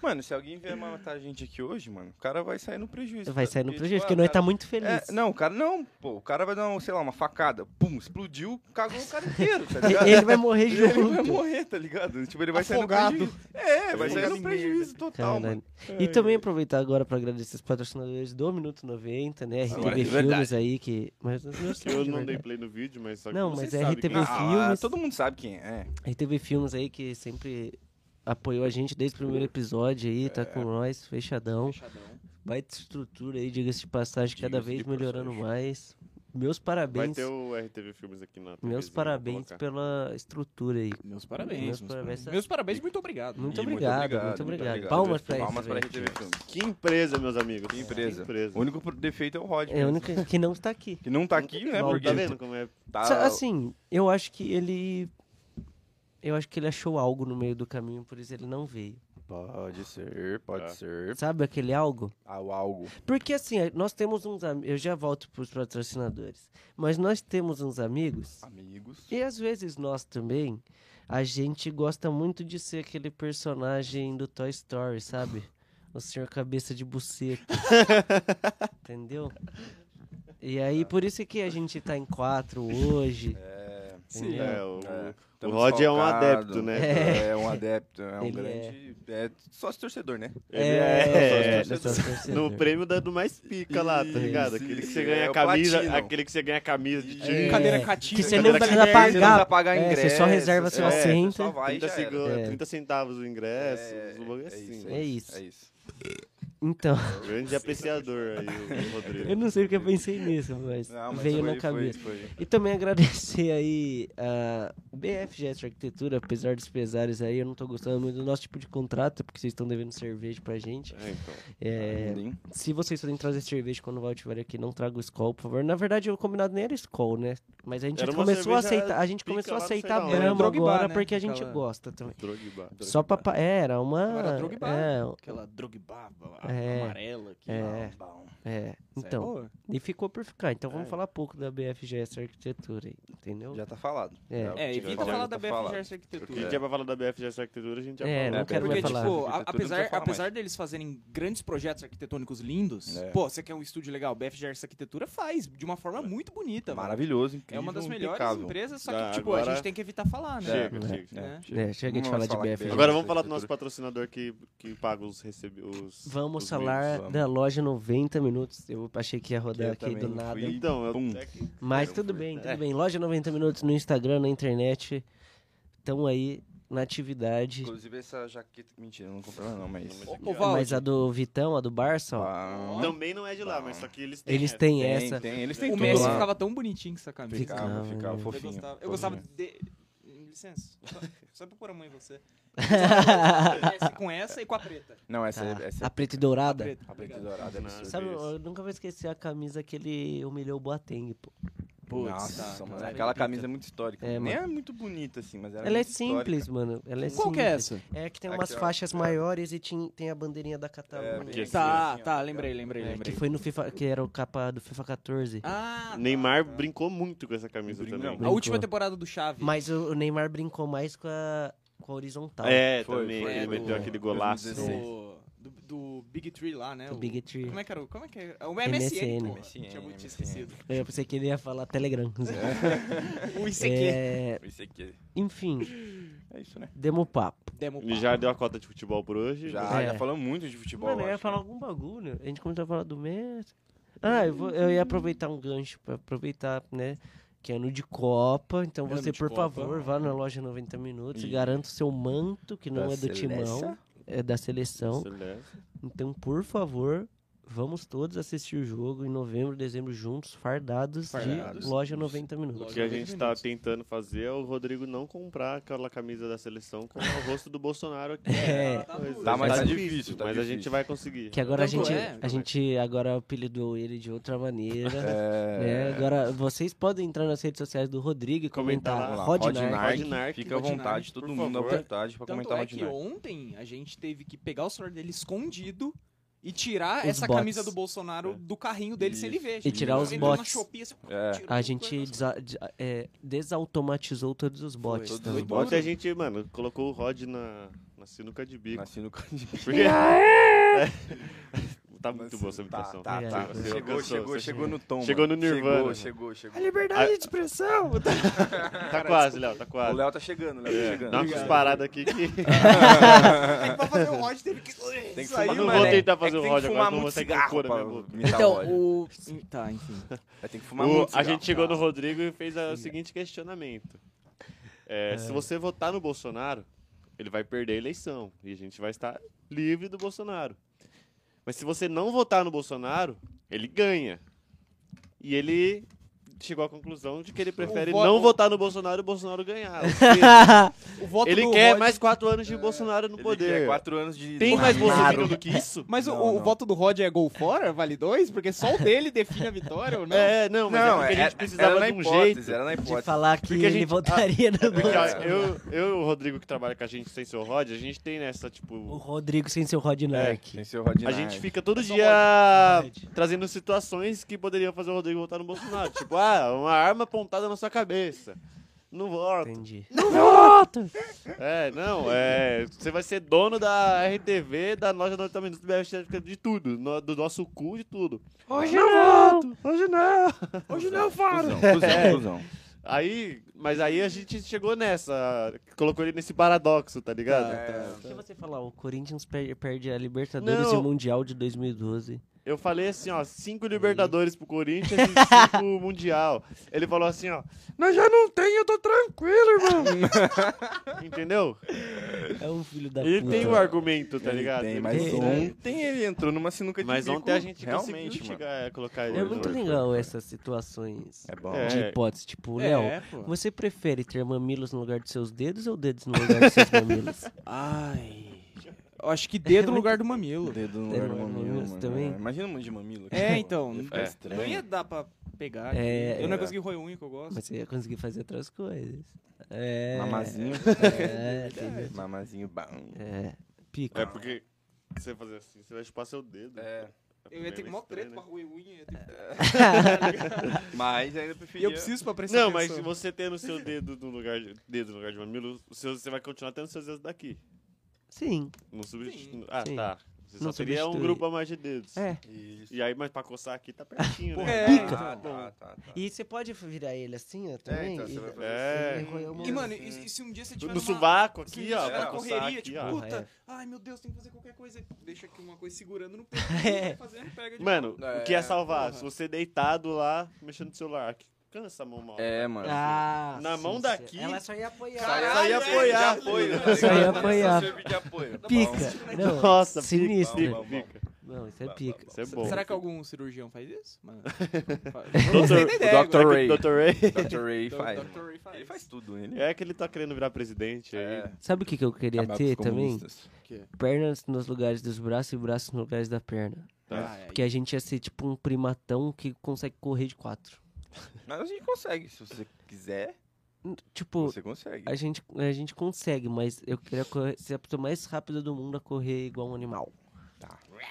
Speaker 2: Mano, se alguém vier matar a gente aqui hoje, mano, o cara vai sair no prejuízo.
Speaker 1: Vai sair no
Speaker 2: Porque,
Speaker 1: prejuízo,
Speaker 2: tipo,
Speaker 1: porque
Speaker 2: ah,
Speaker 1: nós
Speaker 2: cara-
Speaker 1: tá muito feliz.
Speaker 2: É, não, o cara não, pô, o cara vai dar, um, sei lá, uma facada, pum, explodiu, cagou o cara inteiro, tá
Speaker 1: [LAUGHS]
Speaker 2: ligado?
Speaker 1: Ele é vai morrer
Speaker 2: E
Speaker 1: junto.
Speaker 2: ele vai morrer, tá ligado? Tipo, ele vai
Speaker 4: Afogado.
Speaker 2: sair no prejuízo. É, vai sair
Speaker 4: Afogado em
Speaker 2: no prejuízo
Speaker 1: Caralho.
Speaker 2: total, mano.
Speaker 1: né? E também aproveitar agora pra agradecer os patrocinadores do Minuto 90, né? RTV
Speaker 2: Agora de
Speaker 1: Filmes
Speaker 2: verdade.
Speaker 1: aí, que. Mas não
Speaker 3: Que eu não dei play no vídeo, mas só que
Speaker 1: Não,
Speaker 3: vocês
Speaker 1: mas é
Speaker 3: sabem
Speaker 1: RTV
Speaker 3: quem
Speaker 1: Filmes.
Speaker 2: Ah, todo mundo sabe quem é.
Speaker 1: RTV Filmes aí, que sempre apoiou a gente desde o primeiro episódio aí, tá com nós, fechadão.
Speaker 4: Fechadão.
Speaker 1: Baita estrutura aí, diga-se de passagem, cada
Speaker 2: Diga-se
Speaker 1: vez
Speaker 2: de
Speaker 1: melhorando
Speaker 2: passagem.
Speaker 1: mais. Meus
Speaker 3: Vai
Speaker 1: parabéns.
Speaker 3: ter o RTV Filmes aqui na
Speaker 1: Meus
Speaker 3: TVzinha, vou
Speaker 1: parabéns
Speaker 3: colocar.
Speaker 1: pela estrutura aí.
Speaker 4: Meus parabéns.
Speaker 1: Meus
Speaker 4: Meus,
Speaker 1: parabéns.
Speaker 4: parabéns. Meus parabéns, muito obrigado.
Speaker 1: Muito
Speaker 2: Ih,
Speaker 1: obrigado, muito obrigado. Palmas pra
Speaker 2: Palmas
Speaker 1: RTV
Speaker 2: pra RTV Filmes.
Speaker 3: Que empresa, meus amigos.
Speaker 2: Que empresa.
Speaker 3: Que empresa.
Speaker 2: O único defeito é o Rod.
Speaker 1: É a
Speaker 2: mesmo.
Speaker 1: única que não está aqui.
Speaker 2: Que não tá aqui, né?
Speaker 1: Não,
Speaker 2: Porque
Speaker 3: Tá vendo como é?
Speaker 1: [LAUGHS]
Speaker 2: tá-
Speaker 1: Sa- Assim, eu acho que ele. Eu acho que ele achou algo no meio do caminho, por isso ele não veio.
Speaker 2: Pode ser, pode
Speaker 3: Tá.
Speaker 2: ser.
Speaker 1: Sabe aquele algo?
Speaker 2: Ah, o algo.
Speaker 1: Porque assim, a- nós temos uns amigos. Eu já volto pros patrocinadores. Mas nós temos uns amigos.
Speaker 2: Amigos.
Speaker 1: E às vezes nós também. A gente gosta muito de ser aquele personagem do Toy Story, sabe? O senhor cabeça de
Speaker 3: [LAUGHS]
Speaker 1: buceta. Entendeu? E aí, por isso que a gente tá em quatro hoje.
Speaker 2: É.
Speaker 1: Sim,
Speaker 3: é, o,
Speaker 2: É. Tamo
Speaker 3: O Rod é um
Speaker 2: desfalcado.
Speaker 3: adepto, né?
Speaker 2: É, é um adepto, é um
Speaker 1: Ele
Speaker 2: grande. É sócio torcedor, né?
Speaker 3: Ele
Speaker 2: é,
Speaker 3: é,
Speaker 2: sócio
Speaker 1: sócio torcedor.
Speaker 3: [LAUGHS] no prêmio da, do mais pica lá, tá ligado?
Speaker 2: Isso,
Speaker 3: Aquele que
Speaker 2: isso,
Speaker 3: você
Speaker 2: é
Speaker 3: ganha
Speaker 2: o
Speaker 3: camisa,
Speaker 2: platino.
Speaker 3: aquele que você ganha camisa de
Speaker 2: E-
Speaker 3: time.
Speaker 1: É,
Speaker 4: Cadeira cativa.
Speaker 1: Que você não
Speaker 3: Cadeira
Speaker 1: precisa
Speaker 2: Você
Speaker 3: cativa,
Speaker 2: não precisa
Speaker 1: pagar.
Speaker 2: pagar
Speaker 1: É,
Speaker 2: ingresso.
Speaker 1: você só reserva seu
Speaker 2: é, você
Speaker 1: assento.
Speaker 2: Só vai, e
Speaker 3: 30,
Speaker 2: já era.
Speaker 3: segu-
Speaker 1: É.
Speaker 3: 30 centavos o ingresso, os bagulho assim.
Speaker 1: é
Speaker 3: né?
Speaker 1: isso.
Speaker 2: É isso.
Speaker 1: Então, [LAUGHS]
Speaker 3: Grande apreciador aí, o Rodrigo.
Speaker 1: eu não sei porque eu pensei nisso, mas,
Speaker 2: Não, mas
Speaker 1: veio
Speaker 2: foi-
Speaker 1: na
Speaker 2: foi-
Speaker 1: cabeça.
Speaker 2: foi.
Speaker 1: E também agradecer aí ah, a BFGS Arquitetura, apesar dos pesares aí, eu não tô gostando muito do nosso tipo de contrato, porque vocês estão devendo cerveja pra gente.
Speaker 3: É, então.
Speaker 1: É,
Speaker 2: Sim.
Speaker 1: se vocês forem trazer cerveja quando o Valt estiver aqui, não traga o Skol, por favor. Na verdade, o combinado nem era Skol, né? Mas a gente
Speaker 3: Era uma
Speaker 1: começou a
Speaker 3: cerveja
Speaker 1: aceitar, a gente
Speaker 3: pica
Speaker 1: começou a
Speaker 3: lá, não sei
Speaker 1: aceitar
Speaker 3: da onde.
Speaker 1: Brahma
Speaker 4: Era Drogba,
Speaker 1: agora
Speaker 4: né?
Speaker 1: porque a gente
Speaker 4: Aquela-
Speaker 1: gosta também.
Speaker 3: Drogba.
Speaker 1: Só pra pa- é, era uma
Speaker 4: Era Drogba.
Speaker 1: é,
Speaker 4: Aquela drogbaba
Speaker 1: É.
Speaker 4: amarela que
Speaker 1: É.
Speaker 4: Bom.
Speaker 1: é.
Speaker 4: Essa é
Speaker 1: Então,
Speaker 4: boa.
Speaker 1: e ficou por ficar. Então vamos
Speaker 3: É.
Speaker 1: falar pouco da BFGS Arquitetura, aí, entendeu?
Speaker 2: Já tá falado.
Speaker 1: É.
Speaker 2: Já-
Speaker 4: É,
Speaker 2: já-
Speaker 4: evita
Speaker 2: já
Speaker 4: falar
Speaker 2: tá
Speaker 4: da
Speaker 2: falado. é
Speaker 4: BFGS
Speaker 3: A gente
Speaker 4: Arquitetura.
Speaker 3: já vai falar da BFGS Arquitetura, a gente já
Speaker 1: É,
Speaker 3: fala.
Speaker 1: não quero
Speaker 4: Porque,
Speaker 1: mais falar.
Speaker 4: tipo,
Speaker 2: Arquitetura
Speaker 4: a-
Speaker 2: não
Speaker 4: apesar,
Speaker 2: precisa falar mais.
Speaker 4: apesar deles fazerem grandes projetos arquitetônicos lindos,
Speaker 2: É.
Speaker 4: pô, você quer um estúdio legal, BFGS Arquitetura faz, de uma forma muito bonita. velho.
Speaker 2: Maravilhoso, incrível,
Speaker 4: É uma das melhores
Speaker 2: impecável.
Speaker 4: empresas, só que,
Speaker 3: Ah,
Speaker 4: tipo,
Speaker 3: agora-
Speaker 4: a gente tem que evitar falar, né?
Speaker 3: Chega,
Speaker 1: É.
Speaker 3: chega.
Speaker 4: né?
Speaker 2: Chega.
Speaker 1: É, chega de
Speaker 2: Não
Speaker 1: falar
Speaker 2: vamos
Speaker 1: de
Speaker 2: que
Speaker 1: BFG.
Speaker 2: é
Speaker 3: Agora vamos falar do
Speaker 2: arquitetura.
Speaker 3: nosso patrocinador que, que paga os recebidos.
Speaker 1: Vamos falar
Speaker 2: vamos.
Speaker 1: da loja 90 minutos. Eu achei que ia rodar
Speaker 2: eu
Speaker 1: aqui do
Speaker 2: também não
Speaker 1: nada.
Speaker 2: fui.
Speaker 3: Então, eu
Speaker 2: Pum.
Speaker 3: até que-
Speaker 1: Mas
Speaker 2: Eu
Speaker 1: tudo
Speaker 2: fui.
Speaker 1: bem, tudo
Speaker 3: É.
Speaker 1: bem. Loja 90 minutos no Instagram, na internet. Estão aí na atividade.
Speaker 2: Inclusive essa jaqueta. Mentira, eu não comprei ela não, mas.
Speaker 3: Não,
Speaker 4: Ô, Val,
Speaker 1: Mas a do Vitão, a do Barça, ó.
Speaker 2: Ah, é,
Speaker 3: também não é de lá, mas só que eles têm.
Speaker 1: Eles
Speaker 3: essa.
Speaker 1: têm
Speaker 2: tem,
Speaker 1: [LAUGHS] essa.
Speaker 2: tem, Eles têm
Speaker 4: o
Speaker 2: tudo
Speaker 4: Messi
Speaker 2: lá.
Speaker 4: ficava tão bonitinho com essa camisa.
Speaker 1: Fica-
Speaker 2: Ficava,
Speaker 1: Ficava,
Speaker 2: ficava
Speaker 1: né?
Speaker 2: fofinho.
Speaker 4: eu gostava,
Speaker 2: fofinho.
Speaker 4: eu gostava de... Licença, só, só procurar mãe
Speaker 1: [LAUGHS]
Speaker 4: em você. Eu gostava dessa, com essa e com a preta.
Speaker 2: Não, essa é.
Speaker 1: Ah,
Speaker 2: Essa é
Speaker 1: a preta e dourada.
Speaker 4: Preta,
Speaker 2: a preta e
Speaker 4: obrigado.
Speaker 2: dourada. é
Speaker 3: Não,
Speaker 2: absurda.
Speaker 1: Sabe,
Speaker 3: Isso.
Speaker 1: eu nunca vou esquecer a camisa que ele humilhou o Boateng, pô.
Speaker 4: Putz,
Speaker 2: Nossa,
Speaker 4: tá,
Speaker 2: mano.
Speaker 4: tá.
Speaker 2: Aquela camisa é muito histórica.
Speaker 1: É,
Speaker 2: Nem
Speaker 1: mano.
Speaker 2: é muito bonita assim, mas era
Speaker 1: Ela é
Speaker 2: muito histórica.
Speaker 1: simples, mano. Ela é
Speaker 4: Qual que é
Speaker 1: simples.
Speaker 4: essa?
Speaker 1: É que tem
Speaker 2: Aqui,
Speaker 1: umas
Speaker 2: ó.
Speaker 1: faixas maiores e tin- tem a bandeirinha da Catalunha.
Speaker 2: bem
Speaker 1: É,
Speaker 2: aqui,
Speaker 4: Tá,
Speaker 2: ó.
Speaker 4: tá, lembrei, lembrei,
Speaker 1: que
Speaker 4: lembrei.
Speaker 1: foi no FIFA, que era o capa do FIFA 14.
Speaker 4: Ah,
Speaker 3: Neymar brincou muito com essa camisa
Speaker 2: Brincou.
Speaker 3: também.
Speaker 4: a
Speaker 1: brincou.
Speaker 4: última temporada do Chave.
Speaker 1: Mas o o Neymar brincou mais com a, com a horizontal.
Speaker 2: tá.
Speaker 3: É,
Speaker 2: Foi,
Speaker 3: também.
Speaker 2: foi,
Speaker 3: ele
Speaker 4: foi.
Speaker 3: meteu aquele golaço.
Speaker 2: 2016.
Speaker 4: do, do, do Big Tree lá, né?
Speaker 1: O Big Tree.
Speaker 4: Como é que era? o- Como é que era? O MSN, pô.
Speaker 2: MSN,
Speaker 4: Tinha muito tinha
Speaker 2: MSN.
Speaker 4: esquecido.
Speaker 1: Eu pensei que ele ia falar Telegram.
Speaker 4: O ICQ.
Speaker 1: É,
Speaker 2: Isso aqui.
Speaker 1: enfim,
Speaker 2: É isso, né?
Speaker 1: demos papo.
Speaker 4: Demo Tá,
Speaker 3: E já deu a cota de futebol por hoje.
Speaker 2: Já,
Speaker 1: É.
Speaker 2: já falamos muito de futebol.
Speaker 1: Mano, eu ia
Speaker 2: acho,
Speaker 1: falar
Speaker 2: né?
Speaker 1: algum bagulho. A gente começou a falar do Messi. Ah, eu, vou- eu ia aproveitar um gancho pra aproveitar, né? Que é ano de Copa. Então
Speaker 4: Ano
Speaker 1: você,
Speaker 4: de
Speaker 1: por
Speaker 4: Copa.
Speaker 1: favor, vá na loja 90 Minutos e
Speaker 2: E-
Speaker 1: garanta o seu manto, que não
Speaker 2: Da
Speaker 1: é do
Speaker 2: seleção?
Speaker 1: timão, é da seleção.
Speaker 3: Celeste.
Speaker 1: Então, por favor, vamos todos assistir o jogo em novembro, dezembro, juntos, fardados,
Speaker 4: Fardados.
Speaker 1: de loja 90
Speaker 3: O
Speaker 1: minutos.
Speaker 3: que a gente tá tentando fazer é o Rodrigo não comprar aquela camisa da seleção com o rosto do Bolsonaro aqui.
Speaker 1: É.
Speaker 3: Aquela coisa.
Speaker 2: Tá, mas tá difícil,
Speaker 3: Mas
Speaker 2: tá
Speaker 3: a
Speaker 2: difícil.
Speaker 3: gente vai conseguir.
Speaker 1: Que agora a
Speaker 4: Tanto
Speaker 1: gente,
Speaker 4: é.
Speaker 1: a gente agora apelidou ele de outra maneira. né?
Speaker 2: É.
Speaker 1: Agora, vocês podem entrar nas redes sociais do Rodrigo e
Speaker 3: Comentar
Speaker 1: comentar.
Speaker 2: Vamos lá,
Speaker 1: Rodnar.
Speaker 2: Rodnar.
Speaker 3: Rodnar,
Speaker 2: Fica à
Speaker 4: Rodinark,
Speaker 2: vontade,
Speaker 3: por
Speaker 2: todo mundo à
Speaker 3: favor.
Speaker 2: vontade pra
Speaker 4: Tanto
Speaker 2: comentar
Speaker 4: é
Speaker 2: o
Speaker 4: que
Speaker 2: Rodinark.
Speaker 4: ontem a gente teve que pegar o celular dele escondido e tirar
Speaker 1: Os
Speaker 4: essa
Speaker 1: bots.
Speaker 4: camisa do Bolsonaro
Speaker 3: É.
Speaker 4: do carrinho dele sem ele
Speaker 2: Isso.
Speaker 4: ver.
Speaker 1: E tirar os
Speaker 4: Entrou na
Speaker 1: bots.
Speaker 4: Shopee, assim,
Speaker 2: É.
Speaker 4: tirou
Speaker 1: A
Speaker 4: tudo,
Speaker 1: gente
Speaker 4: coisa.
Speaker 1: desa- de- é, desautomatizou todos os bots.
Speaker 2: todos
Speaker 1: também. [LAUGHS]
Speaker 2: os bots.
Speaker 3: Ontem a gente, mano, colocou o Rod na, na sinuca de bico.
Speaker 2: Nasci no canto de
Speaker 3: Porque... [LAUGHS] tá muito boa
Speaker 2: Tá,
Speaker 3: essa imitação.
Speaker 2: tá,
Speaker 1: É.
Speaker 2: tá.
Speaker 3: Você
Speaker 2: Chegou,
Speaker 3: alcançou,
Speaker 2: chegou,
Speaker 3: você
Speaker 2: chegou no tom.
Speaker 3: Chegou
Speaker 2: mano.
Speaker 3: no
Speaker 2: Chegou,
Speaker 3: Nirvana.
Speaker 2: chegou,
Speaker 1: A
Speaker 2: chegou.
Speaker 1: liberdade de expressão!
Speaker 3: Tá quase, Léo, tá
Speaker 2: O
Speaker 3: quase.
Speaker 2: Léo tá chegando, o Léo tá
Speaker 3: É,
Speaker 2: chegando.
Speaker 3: Dá uma
Speaker 2: Obrigado.
Speaker 3: disparada aqui que.
Speaker 4: Aí pra fazer o Rod teve que.
Speaker 2: Tem que
Speaker 4: sair,
Speaker 2: fumar,
Speaker 3: não
Speaker 2: mano,
Speaker 3: vou
Speaker 2: é-
Speaker 3: tentar
Speaker 2: é que
Speaker 3: fazer o
Speaker 2: tem que
Speaker 3: Roger agora,
Speaker 2: fumar
Speaker 3: não
Speaker 2: muito
Speaker 3: vou ter que
Speaker 2: cigarro
Speaker 3: cor na
Speaker 2: pra
Speaker 3: minha boca.
Speaker 2: imitar o
Speaker 4: Então,
Speaker 2: Roger.
Speaker 4: o. Tá, enfim.
Speaker 2: É, Tem que fumar
Speaker 3: O,
Speaker 2: muito
Speaker 3: a
Speaker 2: cigarro.
Speaker 3: gente chegou no Rodrigo e fez a- o seguinte questionamento: É, Se você votar no Bolsonaro, ele vai perder a eleição e a gente vai estar livre do Bolsonaro. Mas se você não votar no Bolsonaro, ele ganha. E ele chegou à conclusão de que ele prefere
Speaker 4: voto-
Speaker 3: não votar no Bolsonaro e o Bolsonaro ganhar. Ou seja,
Speaker 4: O voto
Speaker 3: ele
Speaker 4: do
Speaker 3: quer
Speaker 4: Rod-
Speaker 3: mais quatro anos de Bolsonaro no
Speaker 2: Ele
Speaker 3: poder.
Speaker 2: quer quatro anos de.
Speaker 3: Tem mais
Speaker 2: Bolsonaro.
Speaker 3: Bolsonaro do que isso?
Speaker 4: Mas o-
Speaker 2: Não,
Speaker 4: o,
Speaker 2: não.
Speaker 4: voto do Rod é gol fora? Vale dois? Porque só o dele define a vitória ou não?
Speaker 3: É, não, mas é
Speaker 2: Não, [LAUGHS]
Speaker 3: porque
Speaker 2: é,
Speaker 3: a gente precisava
Speaker 2: era
Speaker 3: de
Speaker 2: na
Speaker 3: um
Speaker 2: hipótese,
Speaker 3: jeito.
Speaker 2: Era na
Speaker 1: De
Speaker 2: hipótese.
Speaker 1: falar que
Speaker 3: Porque a
Speaker 1: ele
Speaker 3: gente-
Speaker 1: votaria no
Speaker 3: Porque
Speaker 1: Bolsonaro.
Speaker 3: ó, eu, eu e o Rodrigo que trabalha com a gente sem seu Rod, a gente tem nessa,
Speaker 1: O
Speaker 3: tipo.
Speaker 1: Rodrigo sem seu Rodnark.
Speaker 2: Tem seu Rodinark.
Speaker 3: A gente fica todo
Speaker 4: Eu sou
Speaker 3: dia
Speaker 1: Rod.
Speaker 3: trazendo situações que poderiam fazer o Rodrigo votar no Bolsonaro. tipo, ah, uma arma apontada na sua cabeça. Não voto.
Speaker 1: Entendi. voto!
Speaker 3: É, não, é. Você vai ser dono da RTV, da loja 90 minutos, do BFX, de tudo. no- do nosso cu, de tudo.
Speaker 1: Hoje não!
Speaker 3: Hoje não!
Speaker 2: Hoje não, Faro. Cusão, cusão, cusão.
Speaker 3: Aí, mas aí a gente chegou nessa, colocou ele nesse paradoxo, tá ligado?
Speaker 2: É.
Speaker 1: Deixa você falar, o Corinthians per- perde a Libertadores
Speaker 3: Não.
Speaker 1: e o Mundial de 2012.
Speaker 3: Eu falei assim, ó, cinco Libertadores pro Corinthians e cinco Mundial. Ele falou assim, ó, nós já não tem, eu tô tranquilo, irmão. [LAUGHS] Entendeu?
Speaker 1: É um filho da
Speaker 3: Ele
Speaker 1: puta.
Speaker 3: tem um argumento, tá
Speaker 2: Ele
Speaker 3: ligado?
Speaker 2: tem,
Speaker 3: Ele
Speaker 2: mas um-
Speaker 1: tem, né?
Speaker 2: ontem ele entrou numa sinuca de
Speaker 3: Mas
Speaker 2: bico,
Speaker 3: ontem a gente
Speaker 2: realmente,
Speaker 3: conseguiu
Speaker 2: mano.
Speaker 3: chegar a colocar ele.
Speaker 1: É
Speaker 3: no
Speaker 1: muito
Speaker 3: jogo.
Speaker 1: legal essas situações
Speaker 2: É bom.
Speaker 3: É.
Speaker 1: de hipótese. Tipo, Léo,
Speaker 4: É, pô.
Speaker 1: você prefere ter mamilos no lugar dos seus dedos ou dedos no lugar dos seus
Speaker 3: [LAUGHS]
Speaker 1: mamilos?
Speaker 4: Ai. Eu acho que dedo no lugar do mamilo.
Speaker 2: Dedo no
Speaker 1: Dedo
Speaker 2: lugar do
Speaker 1: no
Speaker 2: mamilo,
Speaker 1: mamilo
Speaker 2: mano.
Speaker 1: também?
Speaker 2: É, Imagina um monte de mamilo.
Speaker 4: É,
Speaker 2: cara.
Speaker 4: então,
Speaker 2: Ia ficar
Speaker 3: é.
Speaker 4: Não
Speaker 2: [LAUGHS] estranho.
Speaker 4: ia dar pra pegar.
Speaker 1: É,
Speaker 4: aqui. eu não
Speaker 1: é.
Speaker 4: consegui roer unha que eu gosto.
Speaker 1: Mas você ia conseguir fazer outras coisas. É.
Speaker 2: Mamazinho.
Speaker 1: É, entendeu?
Speaker 2: Mamazinho bom.
Speaker 1: é. Pico.
Speaker 3: É porque você fazer assim, você vai chupar seu dedo.
Speaker 2: É.
Speaker 4: Eu ia ter que mó
Speaker 3: mal
Speaker 4: preto pra roer unha. ia ter
Speaker 3: né?
Speaker 4: que-
Speaker 2: Mas ainda
Speaker 4: E
Speaker 2: preferia...
Speaker 4: eu preciso pra prestar
Speaker 3: É. Não, mas se
Speaker 4: atenção.
Speaker 3: você tendo seu dedo no lugar de, dedo no lugar de mamilo, o seu- você vai continuar tendo seus dedos daqui.
Speaker 1: Sim,
Speaker 3: Não substitui.
Speaker 4: Sim.
Speaker 3: Ah,
Speaker 1: Sim.
Speaker 3: tá. Você
Speaker 1: Não
Speaker 3: só teria um
Speaker 1: substitui.
Speaker 3: grupo a mais de dedos.
Speaker 1: é.
Speaker 2: Isso.
Speaker 3: E aí, mas pra coçar aqui tá pertinho,
Speaker 4: Pô,
Speaker 3: né?
Speaker 4: é,
Speaker 2: Ah,
Speaker 4: então.
Speaker 2: tá, tá, tá.
Speaker 1: E você pode virar ele
Speaker 3: É,
Speaker 1: assim, ó, também?
Speaker 2: então, você
Speaker 1: e-
Speaker 2: vai fazer
Speaker 1: e-
Speaker 3: assim.
Speaker 1: e roer uma-
Speaker 4: E, mano, e, e se um dia você tiver
Speaker 3: No
Speaker 4: numa-
Speaker 3: sovaco
Speaker 4: se um
Speaker 3: aqui,
Speaker 4: dia
Speaker 3: ó.
Speaker 4: você tiver
Speaker 2: é,
Speaker 3: Pra
Speaker 4: numa
Speaker 3: coçar
Speaker 4: correria,
Speaker 3: aqui,
Speaker 4: tipo,
Speaker 3: ó.
Speaker 1: pô.
Speaker 4: puta,
Speaker 1: É.
Speaker 4: ai meu Deus, tem que fazer qualquer coisa. Deixa aqui uma coisa segurando
Speaker 1: [LAUGHS]
Speaker 4: no peito,
Speaker 1: É.
Speaker 4: fazendo, pega de
Speaker 3: Mano, o que é
Speaker 2: É,
Speaker 3: salvar?
Speaker 4: porra.
Speaker 3: Se você deitado lá, mexendo no celular. que Cansa a mão mal.
Speaker 2: É, mano.
Speaker 1: Ah,
Speaker 3: Na
Speaker 1: sim,
Speaker 3: mão
Speaker 1: sim.
Speaker 3: daqui-
Speaker 1: Ela só ia apoiar.
Speaker 2: Só ia-
Speaker 4: Caralho,
Speaker 2: só ia
Speaker 4: é, né?
Speaker 2: apoiar.
Speaker 4: de
Speaker 2: apoio,
Speaker 4: é apoio.
Speaker 2: tá ligado?
Speaker 1: Só ia
Speaker 2: Só
Speaker 1: apoiar.
Speaker 2: servir de apoio. Tá bom.
Speaker 1: Pica. Não,
Speaker 3: [LAUGHS] Nossa,
Speaker 1: sinistro.
Speaker 3: pica,
Speaker 2: Bom, bom, bom.
Speaker 3: pica.
Speaker 1: Não, isso é
Speaker 2: Tá Bom,
Speaker 1: pica.
Speaker 2: bom,
Speaker 3: Isso é bom.
Speaker 4: Será que algum cirurgião faz
Speaker 3: [LAUGHS]
Speaker 4: isso? Mano,
Speaker 3: Doutor-
Speaker 4: Não sei nem ideia,
Speaker 2: o Dr. Ray.
Speaker 3: Dr. Ray.
Speaker 2: Dr. Então, Ray faz.
Speaker 4: Dr. Ray faz.
Speaker 2: Ele faz tudo, né? ele.
Speaker 3: É que ele tá querendo virar presidente aí.
Speaker 2: É.
Speaker 1: Sabe o que, que eu queria
Speaker 2: Acabar com os
Speaker 1: ter também?
Speaker 2: comunistas.
Speaker 1: Pernas nos lugares dos braços e braços nos lugares da perna.
Speaker 3: Tá.
Speaker 4: Ah, é.
Speaker 1: Porque a gente ia ser tipo um primatão que consegue correr de quatro.
Speaker 2: Mas a gente consegue, se você quiser,
Speaker 1: Hum, Tipo,
Speaker 2: você consegue.
Speaker 1: a gente, a gente consegue, mas eu queria correr, ser a pessoa mais rápida do mundo a correr igual um animal.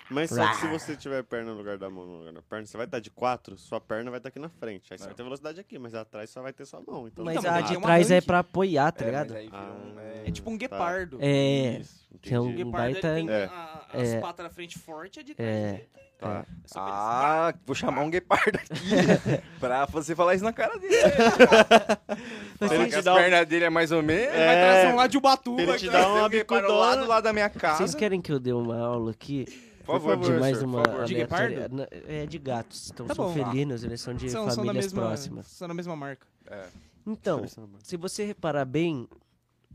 Speaker 3: Mas só que se você tiver perna no lugar da mão, no lugar da perna, você vai estar de quatro, sua perna vai estar aqui na frente. Aí você
Speaker 2: É.
Speaker 3: vai ter velocidade aqui, mas atrás só vai ter sua mão. Então
Speaker 1: mas
Speaker 3: não dá.
Speaker 1: a
Speaker 4: mas
Speaker 1: de
Speaker 4: é um
Speaker 1: trás é
Speaker 4: arranque.
Speaker 1: pra apoiar, tá
Speaker 2: É, mas
Speaker 1: ligado?
Speaker 2: aí vira um,
Speaker 3: Ah.
Speaker 4: É tipo um
Speaker 3: Tá.
Speaker 4: guepardo.
Speaker 1: É.
Speaker 2: Isso.
Speaker 1: Que é
Speaker 4: O
Speaker 1: um
Speaker 4: guepardo ele
Speaker 1: baita.
Speaker 4: tem
Speaker 3: É.
Speaker 4: a-
Speaker 1: É.
Speaker 4: as patas na frente forte, a de trás.
Speaker 1: É.
Speaker 4: É.
Speaker 3: Tá.
Speaker 4: só pra eles-
Speaker 2: Ah, vou chamar um guepardo aqui pra você falar isso na cara dele.
Speaker 1: Mas
Speaker 2: Fala
Speaker 1: vocês-
Speaker 2: que as
Speaker 3: dá um-
Speaker 2: pernas dele é mais ou menos.
Speaker 3: É.
Speaker 4: Vai trazer um lá de
Speaker 3: Ele
Speaker 4: Ubatuba.
Speaker 3: te
Speaker 4: que
Speaker 3: dá
Speaker 4: vai
Speaker 2: Vai
Speaker 3: uma
Speaker 2: ser um guepardo ao
Speaker 3: bicudona.
Speaker 2: lado, lá da minha casa.
Speaker 1: Vocês querem que eu dê uma aula aqui?
Speaker 2: Por favor,
Speaker 1: de mais
Speaker 2: sir,
Speaker 1: uma
Speaker 2: por favor.
Speaker 4: De
Speaker 1: aleatória?
Speaker 4: guepardo?
Speaker 1: Na- É de gatos. Então
Speaker 4: Tá
Speaker 1: são
Speaker 4: bom.
Speaker 1: felinos, eles são de
Speaker 4: São, são da
Speaker 1: famílias
Speaker 4: mesma,
Speaker 1: próximas.
Speaker 4: são da mesma marca.
Speaker 1: Então, se você reparar bem,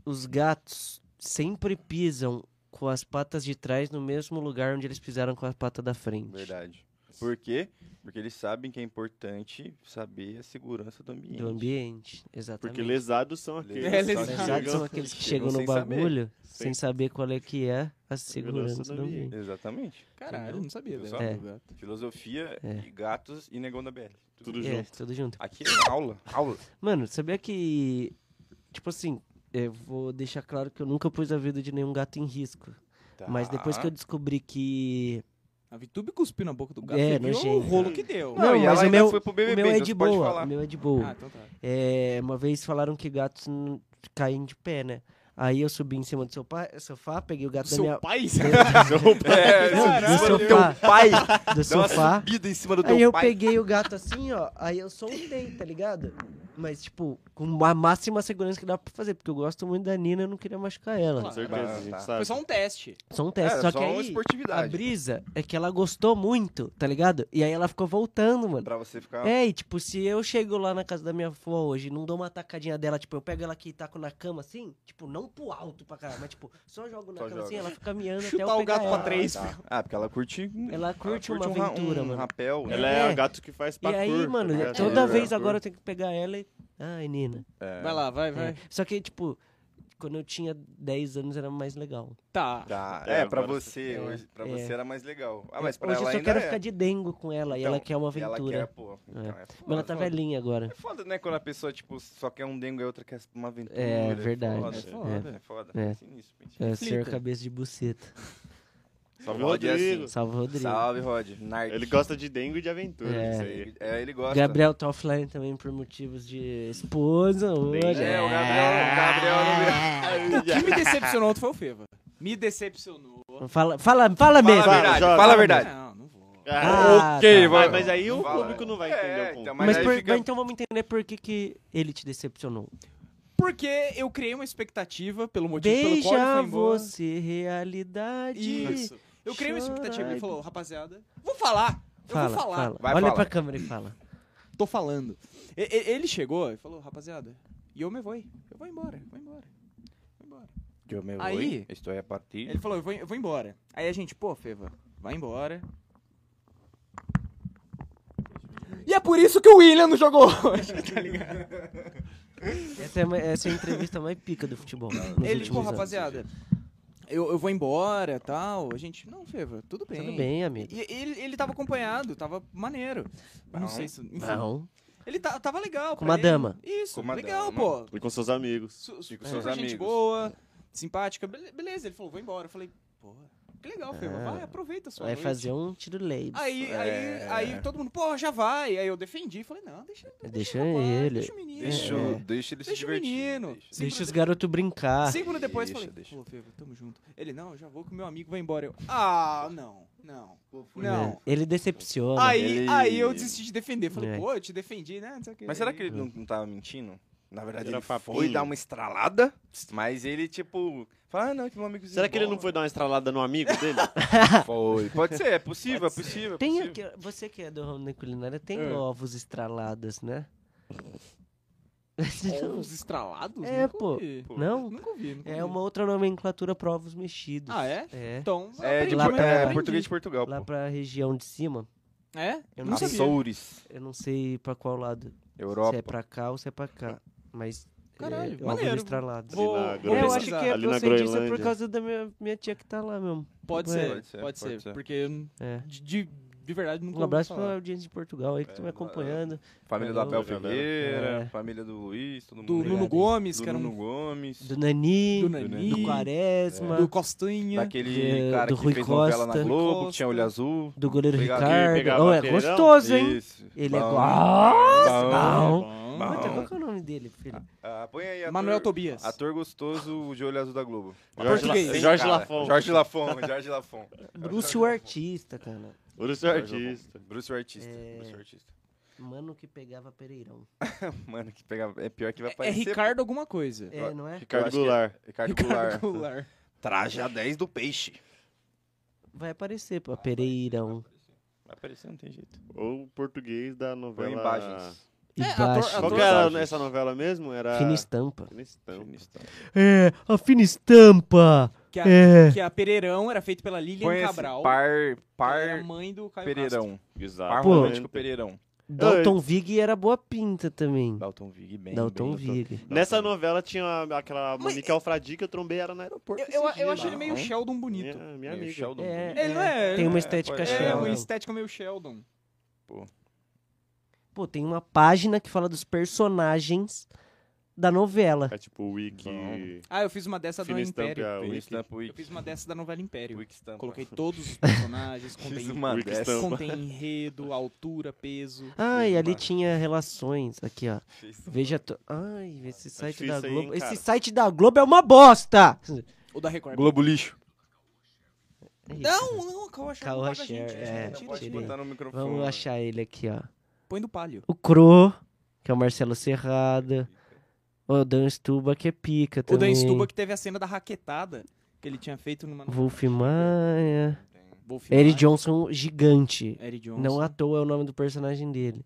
Speaker 1: os gatos sempre pisam com as patas de trás no mesmo lugar onde eles pisaram com a pata da frente.
Speaker 2: Verdade. Por quê? Porque eles sabem que é importante saber a segurança do ambiente.
Speaker 1: Do ambiente, exatamente.
Speaker 3: Porque lesados são aqueles.
Speaker 2: É,
Speaker 1: Os
Speaker 2: lesados
Speaker 1: gatos são
Speaker 2: Chegam-
Speaker 1: aqueles que
Speaker 2: chegam
Speaker 1: chegam no
Speaker 2: sem saber.
Speaker 1: bagulho sem
Speaker 3: Sem-
Speaker 1: saber qual é que é a
Speaker 3: Segurança
Speaker 1: segurança
Speaker 3: do
Speaker 1: do ambiente.
Speaker 2: Exatamente.
Speaker 4: Caralho, eu não sabia.
Speaker 2: Pessoal?
Speaker 1: É.
Speaker 4: velho.
Speaker 2: Filosofia
Speaker 1: É.
Speaker 2: e gatos e negão da BL.
Speaker 3: Tudo
Speaker 1: É,
Speaker 3: junto.
Speaker 1: tudo junto.
Speaker 2: Aqui é aula, aula.
Speaker 1: Mano, sabia que. Tipo assim, eu vou deixar claro que eu nunca pus a vida de nenhum gato em risco. [LAUGHS]
Speaker 2: Tá.
Speaker 1: Mas depois que eu descobri que.
Speaker 4: A Vitube cuspiu na boca do gato.
Speaker 1: É,
Speaker 4: você viu o
Speaker 1: nojento.
Speaker 4: rolo que deu.
Speaker 2: Não, e ela
Speaker 1: mas o
Speaker 2: ainda
Speaker 1: meu,
Speaker 2: foi pro BBB,
Speaker 1: o meu é
Speaker 2: então
Speaker 1: de
Speaker 2: você pode
Speaker 1: boa.
Speaker 2: falar.
Speaker 1: O meu é de boa.
Speaker 4: Ah, então tá.
Speaker 1: É, uma vez falaram que gatos n- caem de pé, né? Aí eu subi em cima do sofá, sofá peguei o gato da
Speaker 4: Seu
Speaker 1: minha.
Speaker 3: [LAUGHS]
Speaker 4: pai?
Speaker 2: É,
Speaker 1: [LAUGHS] Não, do
Speaker 2: do
Speaker 1: sofá.
Speaker 2: teu um pai.
Speaker 1: [LAUGHS] Do
Speaker 2: Deu uma
Speaker 1: sofá.
Speaker 2: subida em cima do
Speaker 1: um Aí
Speaker 2: teu
Speaker 1: eu
Speaker 2: pai.
Speaker 1: peguei o gato assim, ó. Aí eu soltei, tá ligado? Mas, tipo, com a máxima segurança que dá pra fazer, porque eu gosto muito da Nina, eu não queria machucar
Speaker 3: Com
Speaker 1: ela.
Speaker 3: certeza,
Speaker 2: Ah,
Speaker 3: a gente
Speaker 2: tá.
Speaker 3: sabe.
Speaker 4: Foi só um teste.
Speaker 1: Só um teste.
Speaker 2: É,
Speaker 1: só,
Speaker 2: só
Speaker 1: que
Speaker 2: uma
Speaker 1: aí,
Speaker 2: esportividade.
Speaker 1: a brisa é que ela gostou muito, tá ligado? E aí ela ficou voltando, mano.
Speaker 2: Pra você ficar...
Speaker 1: É, e
Speaker 4: Uhum.
Speaker 1: tipo, se eu chego lá na casa da minha avó hoje e não dou uma tacadinha dela, tipo, eu pego ela aqui e taco na cama assim, tipo, não pro alto pra caralho, mas tipo, só jogo na
Speaker 2: Só
Speaker 1: cama assim,
Speaker 2: joga.
Speaker 1: ela fica miando
Speaker 4: [LAUGHS]
Speaker 1: até eu
Speaker 4: Chutar
Speaker 1: pegar
Speaker 4: o gato
Speaker 1: ela.
Speaker 4: pra três.
Speaker 2: Ah, tá. Ah, porque ela curte...
Speaker 1: Ela curte uma
Speaker 2: um ra-
Speaker 1: aventura,
Speaker 2: um
Speaker 1: mano.
Speaker 2: rapel.
Speaker 3: Ela
Speaker 1: É.
Speaker 4: né?
Speaker 3: é o gato que faz
Speaker 1: E
Speaker 3: parkour.
Speaker 1: aí,
Speaker 3: tá
Speaker 1: mano,
Speaker 3: ligado?
Speaker 1: toda
Speaker 2: É,
Speaker 1: vez
Speaker 2: parkour.
Speaker 1: agora eu tenho que pegar ela e... Ai, Nina.
Speaker 2: É.
Speaker 4: Vai lá, vai,
Speaker 1: É.
Speaker 4: vai.
Speaker 1: Só que, tipo, quando eu tinha 10 anos era mais legal.
Speaker 4: Tá.
Speaker 2: Tá,
Speaker 3: É,
Speaker 2: é, pra
Speaker 3: agora
Speaker 2: você,
Speaker 1: é,
Speaker 2: hoje, pra
Speaker 1: é.
Speaker 2: você era mais legal. Ah, mas pra
Speaker 1: Hoje
Speaker 2: ela
Speaker 1: eu só
Speaker 2: ainda
Speaker 1: quero
Speaker 2: é.
Speaker 1: ficar de dengo com ela e
Speaker 2: Então,
Speaker 1: ela quer uma
Speaker 2: E Ela
Speaker 1: aventura.
Speaker 2: quer, pô. Então,
Speaker 1: É.
Speaker 2: é.
Speaker 1: Mas ela tá
Speaker 2: foda.
Speaker 1: velhinha agora.
Speaker 2: É foda, né? Quando a pessoa, tipo, só quer um dengo e a outra quer uma aventura.
Speaker 1: É, verdade.
Speaker 2: Foda,
Speaker 1: É
Speaker 4: foda.
Speaker 2: É foda.
Speaker 1: É.
Speaker 2: Pense nisso, pense
Speaker 1: É,
Speaker 4: Reflita.
Speaker 1: ser cabeça de buceta.
Speaker 3: Salve o
Speaker 2: Rod é
Speaker 3: Rodrigo.
Speaker 1: Salve, Rodrigo.
Speaker 2: nisso. Salve, Rod. Narc.
Speaker 3: Ele gosta de dengue e de aventura.
Speaker 1: É.
Speaker 3: Isso aí.
Speaker 2: Ele- É, ele gosta.
Speaker 1: Gabriel tá offline também por motivos de esposa. Olha. É.
Speaker 2: É, o Gabriel, o Gabriel
Speaker 4: O que me decepcionou outro foi o Feva. Me decepcionou.
Speaker 1: Fala, fala, fala
Speaker 2: não...
Speaker 1: mesmo.
Speaker 2: Fala a verdade,
Speaker 3: joga.
Speaker 2: fala a verdade.
Speaker 4: Não, não vou.
Speaker 1: Ah,
Speaker 2: Ok,
Speaker 1: tá.
Speaker 2: vai-
Speaker 3: Ah, mas aí o
Speaker 2: Fala.
Speaker 3: público não vai entender o
Speaker 2: É,
Speaker 3: ponto.
Speaker 2: então, mas,
Speaker 1: Mas,
Speaker 2: aí
Speaker 1: por-
Speaker 2: fica...
Speaker 1: mas então vamos entender por que, que ele te decepcionou.
Speaker 4: Porque eu criei uma expectativa pelo motivo pelo qual ele
Speaker 1: Beija
Speaker 4: foi embora.
Speaker 1: você, realidade.
Speaker 4: Isso. Eu criei uma expectativa.
Speaker 1: Chorar.
Speaker 4: Ele falou, rapaziada, vou falar. eu
Speaker 1: Fala,
Speaker 4: vou falar.
Speaker 1: fala.
Speaker 2: Vai
Speaker 1: Olha
Speaker 2: falar.
Speaker 1: pra câmera e fala.
Speaker 4: Tô falando. E- e- Ele chegou e falou, rapaziada, e eu me vou. Eu vou embora, vou embora. Vou embora.
Speaker 2: Eu me
Speaker 4: Aí-
Speaker 2: voy, estou a partir.
Speaker 4: Ele falou, eu vou, eu vou embora. Aí a gente, pô, Feva, vai embora. E é por isso que o William não [LAUGHS] jogou hoje, tá ligado?
Speaker 1: Essa é, a ma- essa é a entrevista mais pica do futebol. nos
Speaker 4: Ele,
Speaker 1: últimos
Speaker 4: pô,
Speaker 1: anos. assim.
Speaker 4: rapaziada, eu, eu vou embora tal. A gente, não, Feva, tudo bem.
Speaker 1: Tudo bem, amigo.
Speaker 4: E ele, ele tava acompanhado, tava maneiro.
Speaker 2: Bom.
Speaker 4: Não sei se. Enfim,
Speaker 1: Não.
Speaker 4: ele ta- tava legal.
Speaker 1: Com
Speaker 4: pra
Speaker 1: uma
Speaker 4: ele.
Speaker 1: dama.
Speaker 4: Isso,
Speaker 2: Com uma
Speaker 4: legal,
Speaker 2: dama.
Speaker 4: pô.
Speaker 3: E com seus amigos.
Speaker 4: Su- su-
Speaker 2: E com
Speaker 4: super
Speaker 2: seus
Speaker 4: gente
Speaker 2: amigos.
Speaker 4: boa, simpática, bele- beleza. Ele falou, vou embora. Eu falei, pô, que legal, Feva,
Speaker 1: Ah.
Speaker 4: vai, aproveita a sua
Speaker 1: Vai
Speaker 4: noite.
Speaker 1: fazer um tiro leite.
Speaker 4: Aí,
Speaker 2: É.
Speaker 4: aí, aí todo mundo, pô, já vai. Aí eu defendi, falei, não, deixa,
Speaker 1: Deixa
Speaker 4: o rapaz,
Speaker 1: É ele.
Speaker 4: Deixa o menino.
Speaker 2: Deixa,
Speaker 1: É.
Speaker 2: o- deixa ele se
Speaker 4: Deixa o
Speaker 2: divertir.
Speaker 4: menino.
Speaker 2: deixa.
Speaker 1: Deixa os garotos brincar.
Speaker 4: Cinco minutos depois,
Speaker 2: Deixa,
Speaker 4: falei,
Speaker 2: deixa.
Speaker 4: pô, Feva, tamo junto. Ele, não, eu já vou que o meu amigo vai embora. Eu, ah, não, não, não.
Speaker 1: É, Ele decepciona.
Speaker 4: Aí,
Speaker 2: Ele-
Speaker 4: aí eu desisti de defender. Falei,
Speaker 1: É.
Speaker 4: pô, eu te defendi, né? Não sei o quê.
Speaker 2: Mas será que ele não, não tava mentindo? Na verdade,
Speaker 3: Era
Speaker 2: ele
Speaker 3: papinho.
Speaker 2: foi dar uma estralada, mas ele, tipo, fala, ah, não, que meu amigo...
Speaker 3: Será que ele não foi dar uma estralada no amigo dele?
Speaker 2: [LAUGHS]
Speaker 3: Assim,
Speaker 2: Foi. Pode ser, é possível, é possível. é
Speaker 1: Tem
Speaker 2: possível.
Speaker 1: aqui, você que é do ramo da culinária, tem
Speaker 4: É.
Speaker 1: ovos estralados, né?
Speaker 4: [LAUGHS] Ovos
Speaker 2: um
Speaker 4: estralados?
Speaker 1: É,
Speaker 4: Nunca
Speaker 1: pô.
Speaker 4: ouvi.
Speaker 2: Pô,
Speaker 1: Não?
Speaker 4: Nunca ouvi, nunca
Speaker 1: É
Speaker 4: ouvi.
Speaker 1: uma outra nomenclatura para ovos mexidos.
Speaker 4: Ah, é? Tá
Speaker 1: É.
Speaker 4: Então,
Speaker 2: É, de,
Speaker 1: Lá
Speaker 2: por-
Speaker 1: pra-
Speaker 2: é
Speaker 1: aprendi.
Speaker 2: português de Portugal,
Speaker 1: Lá
Speaker 2: pô.
Speaker 1: pra região de cima,
Speaker 4: É?
Speaker 1: Eu
Speaker 4: não
Speaker 1: não
Speaker 4: sabia.
Speaker 2: Açores,
Speaker 1: eu não sei pra qual lado. Se é
Speaker 2: Europa.
Speaker 1: pra cá ou se é pra cá. Mas
Speaker 4: Caralho,
Speaker 1: é, ovos
Speaker 4: maneiro.
Speaker 1: estralados.
Speaker 3: Vou-
Speaker 1: É,
Speaker 3: vou
Speaker 1: eu acho que
Speaker 4: pesquisar.
Speaker 1: é,
Speaker 3: Ali
Speaker 1: eu
Speaker 3: na
Speaker 1: sei disso é por
Speaker 3: Groenlândia.
Speaker 1: causa da minha, minha tia que tá lá mesmo.
Speaker 4: Pode,
Speaker 1: É.
Speaker 4: ser,
Speaker 2: Pode
Speaker 4: pode
Speaker 2: ser,
Speaker 4: ser,
Speaker 2: pode ser.
Speaker 4: Porque eu-
Speaker 1: É.
Speaker 4: de, de, de verdade nunca
Speaker 1: Um abraço
Speaker 4: ouvi falar.
Speaker 1: pra audiência de Portugal aí que
Speaker 2: É,
Speaker 1: tá me
Speaker 2: lá-
Speaker 1: acompanhando.
Speaker 2: Família do Abel
Speaker 1: Alô,
Speaker 2: Ferreira,
Speaker 1: É.
Speaker 2: família do Luiz, todo mundo.
Speaker 4: Do Nuno
Speaker 1: Obrigado.
Speaker 4: Gomes,
Speaker 2: Do
Speaker 4: que era
Speaker 2: Nuno né?
Speaker 4: um
Speaker 2: Gomes.
Speaker 1: Do Nani,
Speaker 4: do
Speaker 1: né? do,
Speaker 4: Nani, É.
Speaker 2: Nani,
Speaker 1: Quaresma,
Speaker 4: do Costinha.
Speaker 2: Daquele
Speaker 1: É,
Speaker 2: cara
Speaker 1: do
Speaker 2: que
Speaker 1: Rui
Speaker 2: fez novela
Speaker 1: Costa.
Speaker 2: na Globo,
Speaker 4: Rui
Speaker 2: que tinha olho
Speaker 4: Costa.
Speaker 2: azul.
Speaker 1: do goleiro
Speaker 2: Obrigado.
Speaker 3: Que
Speaker 1: Ricardo.
Speaker 3: pegava
Speaker 1: Oh, é
Speaker 3: pereirão?
Speaker 1: gostoso, hein?
Speaker 2: Isso.
Speaker 1: Ele é
Speaker 2: Bom.
Speaker 1: gostoso.
Speaker 2: Bom.
Speaker 4: Bom.
Speaker 2: Bom.
Speaker 1: Puta, qual que é o nome dele, filho?
Speaker 2: Ah, põe aí ator,
Speaker 4: Manuel Tobias.
Speaker 2: Ator gostoso de olho azul da Globo.
Speaker 3: Jorge,
Speaker 4: Português.
Speaker 3: La...
Speaker 2: Sim,
Speaker 3: Jorge
Speaker 2: cara.
Speaker 3: Lafon.
Speaker 2: Jorge Lafon, Jorge Lafon.
Speaker 1: Bruce o Artista, cara.
Speaker 3: Urso Artista.
Speaker 2: é Bruce o Artista.
Speaker 1: É.
Speaker 2: Bruce o Artista.
Speaker 1: Mano que pegava Pereirão.
Speaker 2: Mano, que pegava. É pior que vai
Speaker 4: É
Speaker 2: aparecer. pô.
Speaker 4: Ricardo alguma coisa.
Speaker 1: É, não é?
Speaker 2: Eu
Speaker 3: Ricardo
Speaker 2: acho que é-
Speaker 3: Goulart.
Speaker 2: Ricardo Goulart.
Speaker 4: Goulart.
Speaker 2: Traje a 10 do peixe.
Speaker 1: Vai aparecer, pô. Pereirão.
Speaker 2: Vai aparecer, não tem jeito.
Speaker 3: Ou o português da novela...
Speaker 2: Põe imagens.
Speaker 1: E
Speaker 4: É, ator-
Speaker 1: baixo.
Speaker 3: Qual
Speaker 4: ator-
Speaker 3: que era essa novela mesmo? Era...
Speaker 1: Fina estampa.
Speaker 2: um
Speaker 3: Finistão.
Speaker 1: É, a fina estampa.
Speaker 4: Que a,
Speaker 1: É.
Speaker 4: que a Pereirão era feita pela Lilian
Speaker 2: Põe esse
Speaker 4: Cabral.
Speaker 2: par.
Speaker 4: que era
Speaker 1: um
Speaker 2: Par.
Speaker 4: mãe do Caio Castro.
Speaker 2: Pereirão. Par
Speaker 3: Exato.
Speaker 1: Pô.
Speaker 2: romântico Pereirão.
Speaker 1: Dalton Vig era boa pinta também.
Speaker 2: Dalton Vig, bem.
Speaker 1: Dalton
Speaker 2: bem,
Speaker 1: Vig.
Speaker 3: Nessa novela tinha aquela
Speaker 4: Mas-
Speaker 3: Monique Alfradi que eu trombei ela no aeroporto.
Speaker 4: Eu, eu,
Speaker 3: esses
Speaker 4: eu
Speaker 3: dias.
Speaker 4: acho ele meio
Speaker 2: Não.
Speaker 4: Sheldon
Speaker 3: Minha,
Speaker 4: bonito.
Speaker 3: minha
Speaker 2: Meio
Speaker 3: amiga.
Speaker 2: Sheldon.
Speaker 1: É,
Speaker 4: Ele não é-
Speaker 1: Tem uma
Speaker 2: É,
Speaker 1: estética
Speaker 2: pode-
Speaker 4: É,
Speaker 1: Sheldon.
Speaker 4: uma estética meio Sheldon.
Speaker 1: Pô, tem uma página que fala dos personagens da novela.
Speaker 3: É tipo o Wiki.
Speaker 2: Bom.
Speaker 4: Ah, eu fiz uma dessa do
Speaker 3: Fina Stamp,
Speaker 4: Império.
Speaker 3: a
Speaker 2: Wig
Speaker 3: Wiki.
Speaker 2: Stamp,
Speaker 4: Eu
Speaker 2: Wig-
Speaker 4: fiz uma dessa da novela Império.
Speaker 2: Wig Stamp.
Speaker 4: Coloquei todos os
Speaker 2: [LAUGHS]
Speaker 4: personagens,
Speaker 2: Fiz
Speaker 4: contei
Speaker 2: uma
Speaker 3: Wig
Speaker 2: dessa.
Speaker 3: Stamp.
Speaker 4: Contém enredo, altura, peso.
Speaker 1: Ah, e ali
Speaker 2: Uma-
Speaker 1: tinha relações. Aqui, ó.
Speaker 2: Fiz uma-
Speaker 1: Veja. To... Ai, esse site da
Speaker 3: difícil aí, hein,
Speaker 1: Globo. esse
Speaker 3: cara?
Speaker 1: site da Globo é uma bosta!
Speaker 4: Ou da Record.
Speaker 2: Globo lixo.
Speaker 4: Não, não, Caô Axé.
Speaker 1: Caô
Speaker 4: Caô
Speaker 1: Axé, é,
Speaker 2: Não pode
Speaker 1: tirei.
Speaker 2: botar no microfone.
Speaker 1: Vamos achar ele aqui, ó.
Speaker 4: Põe do palio.
Speaker 1: O Cro, que é o Marcelo Serrada. O Dan Stuba, que é pica
Speaker 4: O
Speaker 1: também.
Speaker 4: Dan Stuba que teve a cena da raquetada que ele tinha feito numa...
Speaker 1: Wolf Maia.
Speaker 4: Wolf
Speaker 1: Eric
Speaker 4: Maia.
Speaker 1: Johnson, gigante.
Speaker 4: Eric Johnson.
Speaker 1: Não à toa é o nome do personagem dele.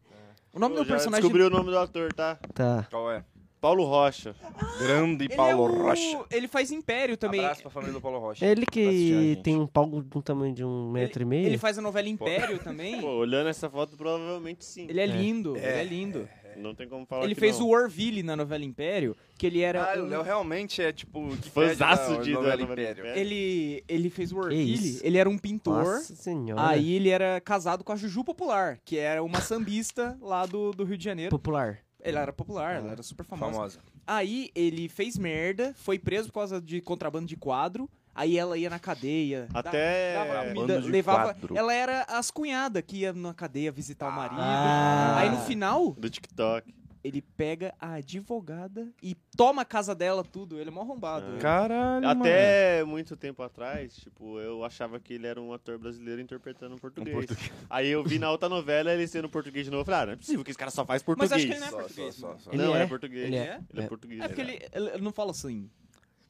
Speaker 4: O nome
Speaker 3: Eu
Speaker 4: do
Speaker 3: já
Speaker 4: personagem...
Speaker 3: Descobri o nome do ator, tá?
Speaker 1: Tá.
Speaker 2: Qual é?
Speaker 3: Paulo Rocha.
Speaker 2: Grande
Speaker 4: Ele,
Speaker 2: Paulo
Speaker 4: é o-
Speaker 2: Rocha.
Speaker 4: ele faz Império também.
Speaker 2: Abraço pra família do Paulo Rocha.
Speaker 1: Ele
Speaker 2: Assistindo a
Speaker 1: que
Speaker 2: gente.
Speaker 1: tem um palco do tamanho de um metro e meio.
Speaker 4: Ele faz a novela Império também.
Speaker 3: Pô, olhando essa foto, provavelmente sim.
Speaker 4: Ele é lindo, ele é lindo.
Speaker 3: Não tem como falar
Speaker 4: Ele
Speaker 3: que
Speaker 4: fez
Speaker 3: não.
Speaker 4: o Orville na novela Império, que ele era...
Speaker 2: Ah, o
Speaker 4: um-
Speaker 2: Léo realmente é tipo.
Speaker 3: Fãzaço de
Speaker 2: novela
Speaker 3: Dona
Speaker 2: Império.
Speaker 3: Maria.
Speaker 4: ele, ele fez o Orville,
Speaker 1: isso?
Speaker 4: ele era um pintor.
Speaker 1: Nossa senhora.
Speaker 4: Aí ele era casado com a Juju Popular, que era uma sambista lá do, do Rio de Janeiro.
Speaker 1: Popular.
Speaker 4: Ela era é popular,
Speaker 1: Ah.
Speaker 4: ela era super famosa.
Speaker 2: Famosa.
Speaker 4: Aí ele fez merda, foi preso por causa de contrabando de quadro. Aí ela ia na cadeia. da-
Speaker 3: Até...
Speaker 4: Dava comida,
Speaker 2: Bando de
Speaker 4: levava.
Speaker 2: quadro.
Speaker 4: Ela era as cunhadas que ia na cadeia visitar o marido.
Speaker 1: Ah.
Speaker 4: Aí no final,
Speaker 3: Do TikTok.
Speaker 4: Ele pega a advogada e toma a casa dela, tudo. Ele é mó arrombado.
Speaker 3: Ah.
Speaker 2: Caralho, mano.
Speaker 3: Até muito tempo atrás, tipo, eu achava que ele era um ator brasileiro interpretando um português. Aí eu vi na outra novela ele sendo português de novo. Eu falei, ah, não é possível que esse cara só faz português.
Speaker 4: Mas acho que ele não é
Speaker 2: Só, só,
Speaker 4: português,
Speaker 2: só,
Speaker 4: mano.
Speaker 2: só.
Speaker 1: Ele
Speaker 3: Não,
Speaker 1: é?
Speaker 3: é português.
Speaker 1: Ele
Speaker 3: Ele
Speaker 1: é?
Speaker 3: é,
Speaker 1: É.
Speaker 3: português.
Speaker 4: É porque ele, ele ele não fala assim.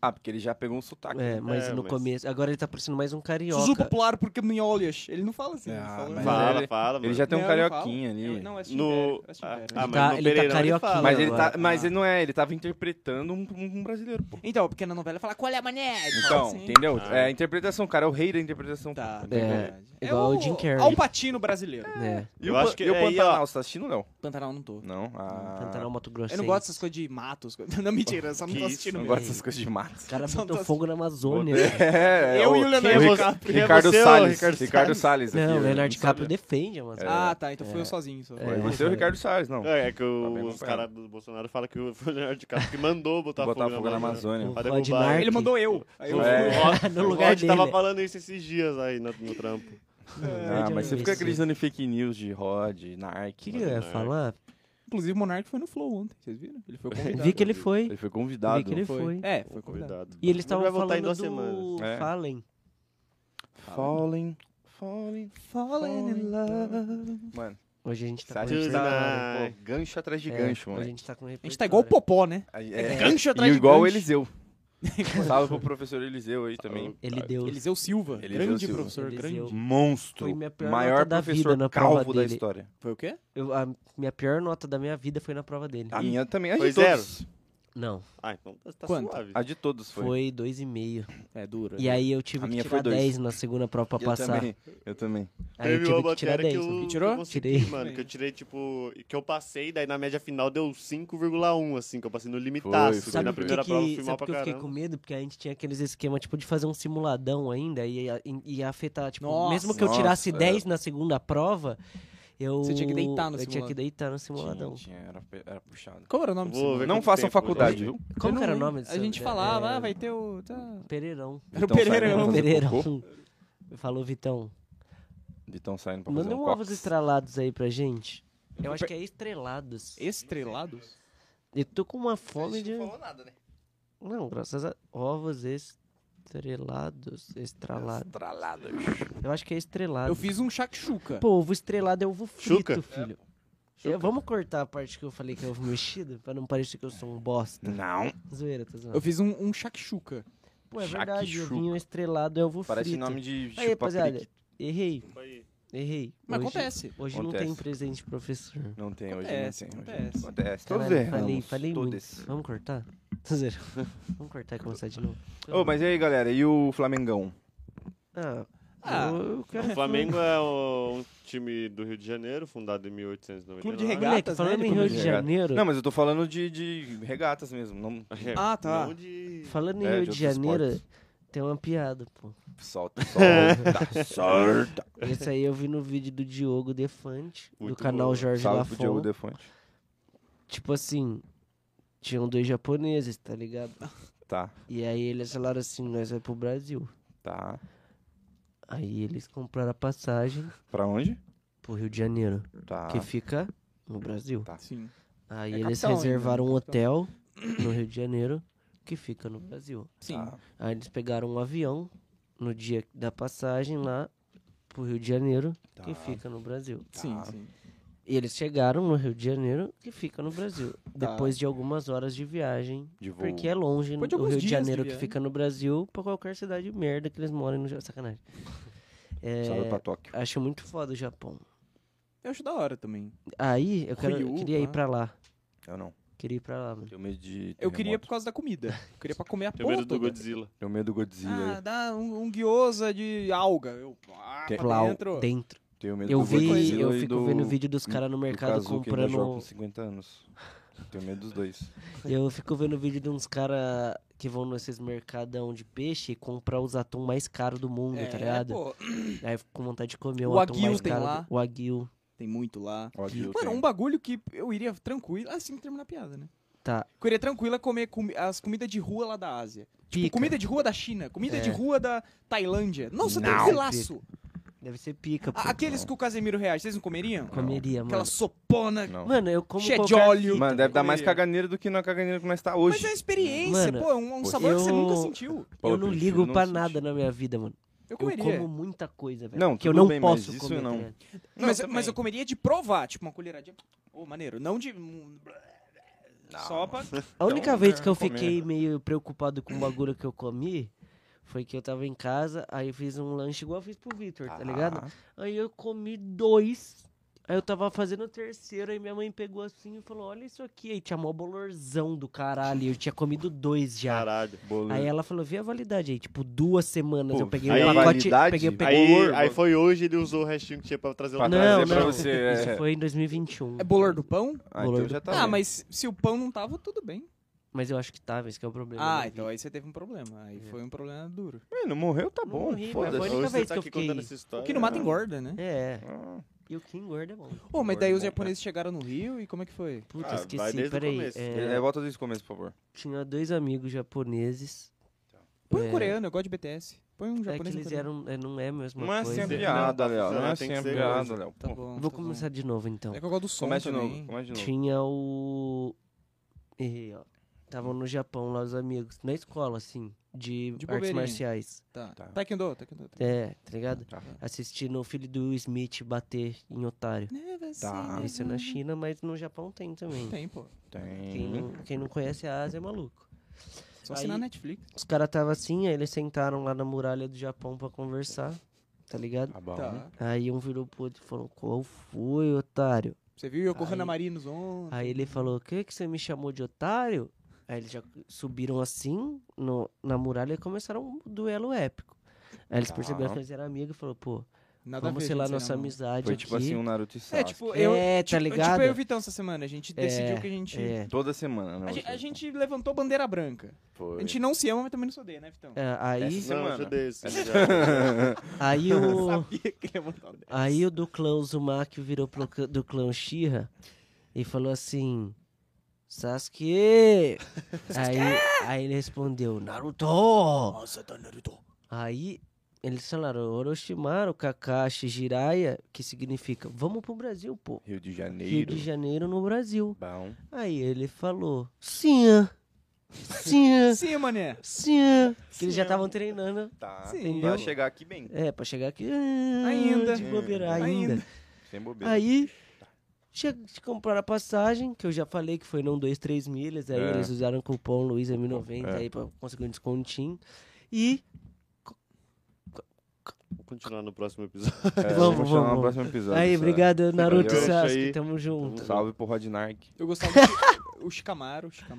Speaker 2: Ah, porque ele já pegou um sotaque.
Speaker 1: É, mas
Speaker 3: É,
Speaker 1: no
Speaker 3: mas-
Speaker 1: começo. Agora ele tá parecendo mais um carioca.
Speaker 4: Suzu popular porque me olhas. Ele não fala assim.
Speaker 2: Ah,
Speaker 4: ele fala,
Speaker 2: mas
Speaker 1: é.
Speaker 3: Fala,
Speaker 2: ele-
Speaker 3: fala,
Speaker 2: Ele
Speaker 3: mano.
Speaker 2: já tem um
Speaker 4: Não, ele não
Speaker 2: carioquinha
Speaker 4: fala.
Speaker 2: ali.
Speaker 4: Eu- não, é
Speaker 3: No...
Speaker 4: Tibério, é
Speaker 3: Ah,
Speaker 4: Tibério.
Speaker 3: ah,
Speaker 1: Tá,
Speaker 3: mas no
Speaker 1: ele tá
Speaker 3: Pereirão ele
Speaker 1: carioquinha.
Speaker 3: fala.
Speaker 2: Mas ele,
Speaker 1: agora.
Speaker 2: tá, mas ele não é, ele tava interpretando um, um brasileiro, pô.
Speaker 4: Então, porque na novela fala qual é a mané? Ele fala
Speaker 2: Então,
Speaker 4: assim.
Speaker 2: entendeu?
Speaker 3: Ah.
Speaker 2: É a interpretação, cara, é o rei da
Speaker 3: um
Speaker 2: interpretação.
Speaker 4: Tá,
Speaker 1: É,
Speaker 3: né?
Speaker 4: verdade.
Speaker 1: igual o Jim Carrey.
Speaker 4: Al Patino brasileiro.
Speaker 1: É.
Speaker 2: E
Speaker 3: Eu
Speaker 2: o,
Speaker 3: acho
Speaker 2: Pan-
Speaker 3: que-
Speaker 2: e o
Speaker 3: é, e ó-
Speaker 2: Pantanal, você tá assistindo, Léo?
Speaker 4: Pantanal não tô.
Speaker 2: Não? Ah.
Speaker 1: Pantanal Mato Grosso.
Speaker 4: Eu não gosto dessas coisas de mato. as coisas- [LAUGHS] Não, mentira, eu só não
Speaker 3: Que
Speaker 4: tô
Speaker 3: isso,
Speaker 4: assistindo
Speaker 2: Não
Speaker 4: mesmo.
Speaker 2: gosta dessas coisas de mato.
Speaker 1: O cara
Speaker 4: Só
Speaker 1: botou
Speaker 4: tô-
Speaker 1: fogo na Amazônia.
Speaker 2: [LAUGHS]
Speaker 1: né?
Speaker 2: É,
Speaker 4: Eu
Speaker 2: o-
Speaker 4: e o Leonardo
Speaker 2: Ric-
Speaker 4: DiCaprio.
Speaker 2: Ricardo
Speaker 3: Quem é você, ô,
Speaker 2: Salles.
Speaker 3: Ricardo
Speaker 2: Ricardo Salles.
Speaker 1: Não, o
Speaker 2: aqui, é um
Speaker 1: Leonardo
Speaker 2: eu não sabia.
Speaker 1: DiCaprio defende a Amazônia.
Speaker 4: Ah, tá, então fui eu sozinho. Só.
Speaker 1: É.
Speaker 2: Foi Você e o Ricardo Salles, não.
Speaker 3: É, é que
Speaker 2: Tá bem
Speaker 3: o- os
Speaker 2: acompanhado.
Speaker 3: caras do Bolsonaro falam que o [LAUGHS] foi o Leonardo DiCaprio que mandou botar,
Speaker 2: Botar
Speaker 3: fogo, na Amazônia.
Speaker 2: Amazônia.
Speaker 1: Pra
Speaker 3: Pra derrubar
Speaker 1: derrubar
Speaker 4: Ele mandou eu. Aí eu
Speaker 3: O-
Speaker 2: É.
Speaker 3: o Rod-
Speaker 1: [LAUGHS] No
Speaker 3: o
Speaker 1: lugar
Speaker 3: Rod tava
Speaker 1: dele.
Speaker 3: falando isso esses dias aí no, no trampo.
Speaker 4: um
Speaker 2: Ah, mas você
Speaker 1: Sim.
Speaker 2: fica acreditando em fake news de Rod, Narc.
Speaker 1: O que, é? que eu ia falar?
Speaker 4: Inclusive, o Monark foi no Flow ontem, vocês viram? Ele foi convidado.
Speaker 1: Vi que ele
Speaker 3: vi.
Speaker 1: foi.
Speaker 2: Ele foi convidado.
Speaker 1: Vi que ele foi.
Speaker 4: É, foi convidado.
Speaker 3: Convidado.
Speaker 1: E eles
Speaker 3: Ele
Speaker 1: estavam
Speaker 3: vai voltar em
Speaker 1: falando
Speaker 3: duas
Speaker 1: do
Speaker 3: semanas.
Speaker 2: É.
Speaker 1: Fallen.
Speaker 2: Falling. Falling.
Speaker 4: Falling in love.
Speaker 2: Mano,
Speaker 1: Hoje a gente
Speaker 2: você
Speaker 1: tá
Speaker 2: acha
Speaker 1: com
Speaker 2: que
Speaker 3: Tudo
Speaker 2: você tá
Speaker 3: bem.
Speaker 2: pô, gancho atrás de
Speaker 1: É,
Speaker 2: gancho,
Speaker 1: Hoje a
Speaker 2: mano.
Speaker 1: gente tá com
Speaker 4: A gente tá igual o Popó, né?
Speaker 2: É,
Speaker 4: gancho atrás
Speaker 2: e
Speaker 4: de
Speaker 2: igual o
Speaker 1: [LAUGHS]
Speaker 4: gancho.
Speaker 2: Eliseu. Salve pro professor Eliseu aí também.
Speaker 1: Ele deu.
Speaker 4: Eliseu Silva.
Speaker 2: Eliseu
Speaker 4: grande
Speaker 2: Silva.
Speaker 4: professor,
Speaker 1: Eliseu.
Speaker 4: grande.
Speaker 2: Monstro.
Speaker 1: Foi minha pior
Speaker 2: maior
Speaker 1: nota da
Speaker 2: professor
Speaker 1: vida na prova
Speaker 2: calvo da
Speaker 1: dele.
Speaker 2: história.
Speaker 4: Foi o quê?
Speaker 1: Eu- a minha pior nota da minha vida foi na prova dele.
Speaker 2: A minha também. A
Speaker 3: Foi
Speaker 2: de todos.
Speaker 1: Não,
Speaker 3: Ah, então tá, tá
Speaker 4: Quanto?
Speaker 3: suave.
Speaker 2: A de todos foi.
Speaker 1: foi 2,5.
Speaker 4: É, dura.
Speaker 1: E aí eu tive
Speaker 2: A
Speaker 1: que
Speaker 2: minha
Speaker 1: tirar
Speaker 2: foi dois.
Speaker 1: 10 na segunda prova pra
Speaker 2: eu
Speaker 1: passar.
Speaker 2: também. Eu também.
Speaker 1: Aí eu
Speaker 3: Teve uma
Speaker 1: tive que tirar
Speaker 3: matéria
Speaker 1: 10.
Speaker 3: que
Speaker 1: mano.
Speaker 3: eu,
Speaker 4: Tirou?
Speaker 3: que eu consegui,
Speaker 1: né? Tirei.
Speaker 3: mano, que eu tirei, tipo, que eu passei, daí na média final deu 5,1, assim, que eu passei no
Speaker 2: Foi,
Speaker 3: limitaço.
Speaker 2: foi,
Speaker 3: que na
Speaker 1: Sabe por que,
Speaker 3: primeira
Speaker 1: que,
Speaker 3: prova eu fui mal
Speaker 1: sabe
Speaker 3: pra
Speaker 1: por que eu fiquei
Speaker 3: caramba.
Speaker 1: com medo? Porque a gente tinha aqueles esquemas, tipo, de fazer um simuladão ainda e ia, e ia afetar, tipo,
Speaker 4: Nossa.
Speaker 1: mesmo que eu
Speaker 2: Nossa,
Speaker 1: tirasse
Speaker 2: é.
Speaker 1: 10 na segunda prova, eu...
Speaker 4: Você tinha que deitar no
Speaker 1: Eu tinha
Speaker 4: simuladão.
Speaker 1: que deitar no
Speaker 2: Tinha,
Speaker 1: simuladão.
Speaker 2: tinha, era, pe- era puxado.
Speaker 4: Qual era o nome
Speaker 3: Vou
Speaker 4: desse
Speaker 3: ver
Speaker 4: mano?
Speaker 2: Não
Speaker 3: quanto
Speaker 2: façam
Speaker 3: tempo
Speaker 2: faculdade,
Speaker 3: hoje.
Speaker 2: viu?
Speaker 1: Como
Speaker 4: Eu
Speaker 1: que era o
Speaker 4: lembro.
Speaker 1: nome
Speaker 4: A
Speaker 1: dessa-
Speaker 4: gente
Speaker 1: é,
Speaker 4: falava, ah, vai ter o... tá.
Speaker 1: Pereirão.
Speaker 4: Era um o
Speaker 2: Então sai
Speaker 4: Pereirão.
Speaker 2: pra fazer cocô.
Speaker 1: Pereirão. [LAUGHS] Falou, Vitão.
Speaker 2: Vitão saindo pra fazer
Speaker 1: Manda
Speaker 2: um
Speaker 1: um
Speaker 2: copo.
Speaker 1: ovos estrelados aí pra gente. Eu acho
Speaker 4: pe-
Speaker 1: que é estrelados.
Speaker 4: Estrelados?
Speaker 1: Eu tô com uma fome de...
Speaker 2: nada, né?
Speaker 1: Não, graças a... Ovos estrelados. Estralados.
Speaker 2: Estralado.
Speaker 1: Eu acho que é estrelado.
Speaker 4: Eu fiz um shakshuka.
Speaker 1: Pô, ovo estrelado é ovo frito,
Speaker 3: Chuca?
Speaker 1: filho. É, vamos cortar a parte que eu falei que é ovo mexido, pra não parecer que eu sou um bosta.
Speaker 2: Não.
Speaker 1: Zoeira, tá zoando.
Speaker 4: Eu fiz um, um shakshuka.
Speaker 1: Pô, é
Speaker 2: Chaque
Speaker 1: verdade,
Speaker 2: chuca.
Speaker 1: ovinho estrelado é ovo
Speaker 2: Parece
Speaker 1: frito.
Speaker 2: nome de
Speaker 1: Aí, rapaziada,
Speaker 2: chupaprique.
Speaker 1: errei,
Speaker 3: Foi.
Speaker 1: errei.
Speaker 4: Mas
Speaker 1: Hoje-
Speaker 4: acontece.
Speaker 1: Hoje não
Speaker 2: Acontece.
Speaker 1: tem presente, professor.
Speaker 2: Não tem, hoje não
Speaker 4: Acontece,
Speaker 2: tem. Hoje
Speaker 4: acontece.
Speaker 2: não acontece. Todos
Speaker 1: Caralho, falei,
Speaker 2: erramos.
Speaker 1: falei
Speaker 2: Todos.
Speaker 1: muito. Vamos cortar? [LAUGHS] Zoeira. vamos cortar e começar de novo.
Speaker 2: Ô, mas e aí, galera? E o Flamengão?
Speaker 1: Ah,
Speaker 4: Ah,
Speaker 1: eu, eu quero...
Speaker 3: O Flamengo é o- um time do Rio de Janeiro, fundado em 1899.
Speaker 4: Clube de regata.
Speaker 1: Moleque,
Speaker 4: Gatas, né,
Speaker 1: falando
Speaker 4: de
Speaker 1: em Rio
Speaker 4: Clube
Speaker 1: de
Speaker 2: de Regata.
Speaker 1: Janeiro...
Speaker 2: Não, mas eu tô falando de, de regatas mesmo.
Speaker 4: [LAUGHS]
Speaker 2: Não
Speaker 4: Ah, tá.
Speaker 3: Não de...
Speaker 1: Falando em
Speaker 2: É,
Speaker 1: Rio
Speaker 2: de
Speaker 1: de
Speaker 2: outros
Speaker 1: Janeiro,
Speaker 2: esportes.
Speaker 1: tem uma piada, pô.
Speaker 2: solta,
Speaker 4: [LAUGHS]
Speaker 2: solta, solta.
Speaker 1: Esse aí eu vi no vídeo do Diogo Defante, do
Speaker 3: Muito
Speaker 1: canal
Speaker 3: boa.
Speaker 1: Jorge
Speaker 2: Salve pro Diogo
Speaker 1: Lafon.
Speaker 2: Defante.
Speaker 1: Tipo assim, tinham dois japoneses, tá ligado?
Speaker 2: Tá,
Speaker 1: E aí eles falaram assim, nós vai pro Brasil.
Speaker 2: tá.
Speaker 1: Aí eles compraram a passagem
Speaker 2: Pra onde?
Speaker 1: pro Rio de Janeiro,
Speaker 2: Tá.
Speaker 1: que fica no Brasil.
Speaker 2: Tá.
Speaker 4: Sim.
Speaker 1: Aí
Speaker 4: É
Speaker 1: eles
Speaker 4: capital ainda,
Speaker 1: reservaram
Speaker 4: né?
Speaker 1: um
Speaker 4: Capital.
Speaker 1: hotel no Rio de Janeiro, que fica no Brasil.
Speaker 4: Sim.
Speaker 2: Tá.
Speaker 1: Aí eles pegaram um avião no dia da passagem lá pro Rio de Janeiro, que
Speaker 2: Tá.
Speaker 1: fica no Brasil.
Speaker 4: Sim, sim.
Speaker 1: E eles chegaram no Rio de Janeiro, que fica no Brasil.
Speaker 4: Tá.
Speaker 1: Depois de algumas horas de viagem.
Speaker 2: De voo.
Speaker 1: Porque é longe
Speaker 4: Depois de
Speaker 1: o
Speaker 4: alguns
Speaker 1: Rio de
Speaker 4: dias de
Speaker 1: Janeiro, que
Speaker 4: viagem.
Speaker 1: fica no Brasil, pra qualquer cidade merda que eles moram no Japão. Sacanagem. É,
Speaker 2: Salve pra Tóquio.
Speaker 1: acho muito foda o Japão.
Speaker 4: Eu acho da hora também.
Speaker 1: Aí, eu, quero, eu
Speaker 4: Ryu,
Speaker 1: queria ir
Speaker 4: pá.
Speaker 1: pra lá.
Speaker 2: Eu não.
Speaker 1: Queria ir pra lá, mano.
Speaker 2: Tenho medo de
Speaker 4: Eu queria por
Speaker 2: terremoto.
Speaker 4: causa da comida. Eu queria pra comer a
Speaker 3: Tenho medo
Speaker 4: porra
Speaker 3: do
Speaker 4: toda.
Speaker 3: Godzilla.
Speaker 2: Tenho medo É do Godzilla.
Speaker 1: é.
Speaker 4: Ah, dá um, um gyoza de alga. Eu, ah,
Speaker 2: Que-
Speaker 4: pra
Speaker 1: Lá
Speaker 4: dentro.
Speaker 1: dentro.
Speaker 2: Tenho medo
Speaker 1: Eu
Speaker 2: do
Speaker 1: vi,
Speaker 2: Godzilla
Speaker 1: eu
Speaker 2: e
Speaker 1: fico
Speaker 2: do...
Speaker 1: vendo vídeo dos caras no
Speaker 2: do
Speaker 1: mercado
Speaker 2: Kazu, que ainda joga com
Speaker 1: comprando.
Speaker 2: 50 anos. Tenho medo
Speaker 1: [LAUGHS]
Speaker 2: dos dois.
Speaker 1: Eu fico vendo vídeo de uns caras que vão nesses mercadão de peixe e comprar os atum mais caros do mundo, tá ligado?
Speaker 4: É, pô,
Speaker 1: Aí eu fico com vontade de comer o,
Speaker 4: O
Speaker 1: atum mais
Speaker 4: aguil tem
Speaker 1: caro.
Speaker 4: lá.
Speaker 1: do- O aguil.
Speaker 4: tem muito lá.
Speaker 2: Ó, Gil,
Speaker 4: Mano,
Speaker 2: tem.
Speaker 4: um bagulho que eu iria tranquilo. Assim que terminar a piada, né?
Speaker 1: Tá.
Speaker 4: Eu iria tranquilo é comer comi- as comidas de rua lá da Ásia. Tipo,
Speaker 1: Pica.
Speaker 4: comida de rua da China, comida
Speaker 1: É.
Speaker 4: de rua da Tailândia. Nossa, tem
Speaker 2: Não.
Speaker 4: um filaço.
Speaker 1: Deve ser pica, pô.
Speaker 4: A- Aqueles que o Casemiro reage, vocês não comeriam?
Speaker 1: Comeria, mano.
Speaker 4: Aquela sopona.
Speaker 2: Não.
Speaker 1: Mano, eu como
Speaker 4: Cheia de
Speaker 1: qualquer
Speaker 4: óleo.
Speaker 1: fita,
Speaker 2: Mano, deve dar mais
Speaker 4: Comeria.
Speaker 2: caganeira do que na caganeira que nós tá
Speaker 4: Mas
Speaker 2: hoje.
Speaker 4: é uma experiência,
Speaker 1: Mano,
Speaker 4: pô. É um, um sabor que você
Speaker 1: eu-
Speaker 4: nunca sentiu.
Speaker 2: Pô,
Speaker 1: eu não
Speaker 2: prefiro
Speaker 1: ligo pra
Speaker 2: sentir.
Speaker 1: nada na minha vida, mano.
Speaker 4: Eu
Speaker 1: Eu
Speaker 4: comeria.
Speaker 1: como muita coisa, velho.
Speaker 2: Não,
Speaker 1: que eu
Speaker 2: tudo
Speaker 1: não
Speaker 2: bem, mas
Speaker 1: posso
Speaker 2: isso
Speaker 1: comer. tá
Speaker 2: não.
Speaker 1: ligado?
Speaker 4: Não, mas,
Speaker 2: também.
Speaker 4: mas eu comeria de provar, tipo, uma colheradinha. Ô, maneiro. Não de. um- Só pra.
Speaker 2: [LAUGHS]
Speaker 1: A única
Speaker 2: Então,
Speaker 1: vez que eu
Speaker 2: comer.
Speaker 1: fiquei meio preocupado com o bagulho que eu comi foi que eu tava em casa, aí eu fiz um lanche igual eu fiz pro Victor, tá ligado?
Speaker 2: Ah,
Speaker 1: Aí eu comi dois. Aí eu tava fazendo o terceiro, aí minha mãe pegou assim e falou: Olha isso aqui. Aí tinha mó bolorzão do caralho. e Eu tinha comido dois já.
Speaker 3: Caralho.
Speaker 2: bolo.
Speaker 1: Aí ela falou: Vê a validade aí. Tipo, duas semanas
Speaker 2: Né? Pô,
Speaker 1: eu peguei
Speaker 3: aí-
Speaker 1: o pacote.
Speaker 2: validade?
Speaker 1: Peguei, peguei
Speaker 3: Aí,
Speaker 2: Pegou
Speaker 3: aí
Speaker 2: o-
Speaker 3: foi hoje, ele usou o restinho que tinha pra trazer lá.
Speaker 2: Pra
Speaker 3: pra
Speaker 1: Não,
Speaker 2: trazer
Speaker 3: casa.
Speaker 2: pra
Speaker 1: não.
Speaker 2: você.
Speaker 1: Isso
Speaker 2: É.
Speaker 1: foi em 2021.
Speaker 4: É bolor do pão?
Speaker 2: Ah, então já tá.
Speaker 4: ah,
Speaker 2: bem.
Speaker 4: mas se o pão não tava, tudo bem.
Speaker 1: Mas eu acho que tava, esse que é o problema. eu não
Speaker 4: Ah,
Speaker 1: vi.
Speaker 4: então aí você teve um problema. Aí
Speaker 1: É.
Speaker 4: foi um problema duro.
Speaker 2: Mano, morreu, tá
Speaker 1: Não
Speaker 2: bom.
Speaker 1: morri, mas foi-
Speaker 2: Foda-se.
Speaker 1: a única
Speaker 3: Hoje
Speaker 1: vez
Speaker 3: você tá
Speaker 1: que eu
Speaker 3: aqui
Speaker 1: fiquei-
Speaker 3: contando essa história.
Speaker 4: O que não mata
Speaker 3: né?
Speaker 4: engorda, né?
Speaker 1: É,
Speaker 2: Ah,
Speaker 1: e o que engorda é bom.
Speaker 4: Pô, mas
Speaker 2: Engorda
Speaker 4: daí os
Speaker 2: bom,
Speaker 4: japoneses chegaram no Rio e como é que foi?
Speaker 1: Puta,
Speaker 3: Ah, vai desde
Speaker 1: esqueci,
Speaker 3: o
Speaker 1: peraí.
Speaker 3: começo.
Speaker 1: É,
Speaker 2: é, Volta do começo, por favor.
Speaker 1: Tinha dois amigos japoneses.
Speaker 4: Põe
Speaker 1: É.
Speaker 4: um coreano, eu gosto de BTS. Põe um
Speaker 1: É que
Speaker 4: japonês. e um
Speaker 1: eles
Speaker 4: coreano.
Speaker 1: eram. é, não é a mesma
Speaker 2: Não é
Speaker 1: coisa.
Speaker 2: sem a
Speaker 3: sempre
Speaker 2: piada,
Speaker 3: Não,
Speaker 2: Léo. Não é
Speaker 3: tem
Speaker 2: sem
Speaker 3: que
Speaker 2: a
Speaker 3: ser
Speaker 2: piada,
Speaker 3: coisa.
Speaker 2: Léo.
Speaker 4: Tá
Speaker 2: Pô,
Speaker 4: bom.
Speaker 1: Vou
Speaker 4: tá
Speaker 1: começar
Speaker 4: bom.
Speaker 1: de novo então.
Speaker 4: É que eu gosto do som
Speaker 2: Começa de
Speaker 4: também.
Speaker 2: novo, começa de novo.
Speaker 1: Tinha o. Ih, ó. Estavam no Japão lá os amigos, na escola, assim, de,
Speaker 4: De
Speaker 1: artes
Speaker 4: bobeirinha.
Speaker 1: marciais.
Speaker 4: Tá.
Speaker 2: Tá.
Speaker 4: Taekwondo, taekwondo. taekwondo.
Speaker 1: É, tá ligado?
Speaker 2: Tá.
Speaker 1: Assistindo o filho do Will Smith bater em otário.
Speaker 4: Never
Speaker 2: Tá.
Speaker 4: say
Speaker 1: Isso é na China, mas no Japão tem também.
Speaker 4: Tem, pô.
Speaker 1: Quem,
Speaker 2: Tem.
Speaker 1: não, quem não conhece a Ásia é maluco.
Speaker 4: Só
Speaker 1: Aí-
Speaker 4: assinar a Netflix.
Speaker 1: Os caras estavam assim, aí eles sentaram lá na muralha do Japão pra conversar, tá ligado?
Speaker 2: Tá bom.
Speaker 4: Tá.
Speaker 1: Aí um virou pro outro e falou, qual foi, otário?
Speaker 4: Você viu Yoko
Speaker 1: Aí-
Speaker 4: Hanamari nos on?
Speaker 1: Aí ele falou, o que, que você me chamou de otário? Aí eles já subiram assim no, na muralha e começaram um duelo épico. Aí eles
Speaker 2: Tá.
Speaker 1: perceberam que nós era amigos e falou, pô,
Speaker 4: Nada a
Speaker 1: vamos
Speaker 4: ver,
Speaker 1: selar
Speaker 4: gente,
Speaker 1: nossa
Speaker 4: não.
Speaker 1: amizade
Speaker 2: Foi tipo
Speaker 1: aqui.
Speaker 2: assim, um Naruto e
Speaker 4: É,
Speaker 2: Sasuke.
Speaker 4: tipo, eu.
Speaker 1: É, tá
Speaker 4: tipo-
Speaker 1: ligado?
Speaker 4: Tipo, eu e o Vitão essa semana. A gente decidiu que a gente.
Speaker 1: É,
Speaker 2: Toda semana, né?
Speaker 4: A,
Speaker 2: hoje.
Speaker 4: gente, a gente levantou bandeira branca. A
Speaker 2: Foi.
Speaker 4: gente não se ama, mas também não se odeia, né, Vitão?
Speaker 1: é, aí,
Speaker 2: Essa-
Speaker 3: Não,
Speaker 2: Semana.
Speaker 3: eu já dei isso.
Speaker 1: [LAUGHS]
Speaker 4: [LAUGHS]
Speaker 1: aí o...
Speaker 4: Sabia que ia um levantar bandeira.
Speaker 1: Aí o do clã Uzumaki virou pro clã- do clã Shira e falou assim:
Speaker 4: [LAUGHS]
Speaker 1: Sasuke! aí, aí ele respondeu: Naruto!
Speaker 2: tá
Speaker 1: Aí eles falaram: Orochimaru, Kakashi, Jiraiya, que significa vamos pro Brasil, pô.
Speaker 2: Rio de
Speaker 1: Rio
Speaker 2: Janeiro.
Speaker 1: de Janeiro no Brasil.
Speaker 2: Bom.
Speaker 1: Aí ele falou: Sim, sim,
Speaker 4: Sim, mané.
Speaker 1: sim. Que eles já
Speaker 4: Sim.
Speaker 1: estavam treinando.
Speaker 2: Tá.
Speaker 4: Sim.
Speaker 2: Vai chegar aqui bem.
Speaker 1: É, pra chegar aqui.
Speaker 4: Ainda.
Speaker 1: De bobeira, ainda.
Speaker 4: Ainda.
Speaker 2: Sem bobeira.
Speaker 1: Aí, che- compraram a passagem, que eu já falei que foi não 2, 3 milhas. Aí
Speaker 2: É.
Speaker 1: eles usaram o cupom Luiz M90
Speaker 2: É.
Speaker 1: aí pra conseguir um descontinho. E
Speaker 3: Vamos continuar no próximo episódio.
Speaker 2: É,
Speaker 1: Vamos,
Speaker 2: vamos chamar
Speaker 1: vamos,
Speaker 2: no
Speaker 1: vamos.
Speaker 2: próximo episódio.
Speaker 1: aí,
Speaker 2: sabe?
Speaker 1: obrigado, Naruto e
Speaker 3: Valeu, é isso
Speaker 1: Sasuke.
Speaker 3: aí.
Speaker 1: Tamo junto.
Speaker 2: Salve pro Rodnark.
Speaker 4: [LAUGHS] Eu gostava do Chi- o Shikamaru, o Shikamaru.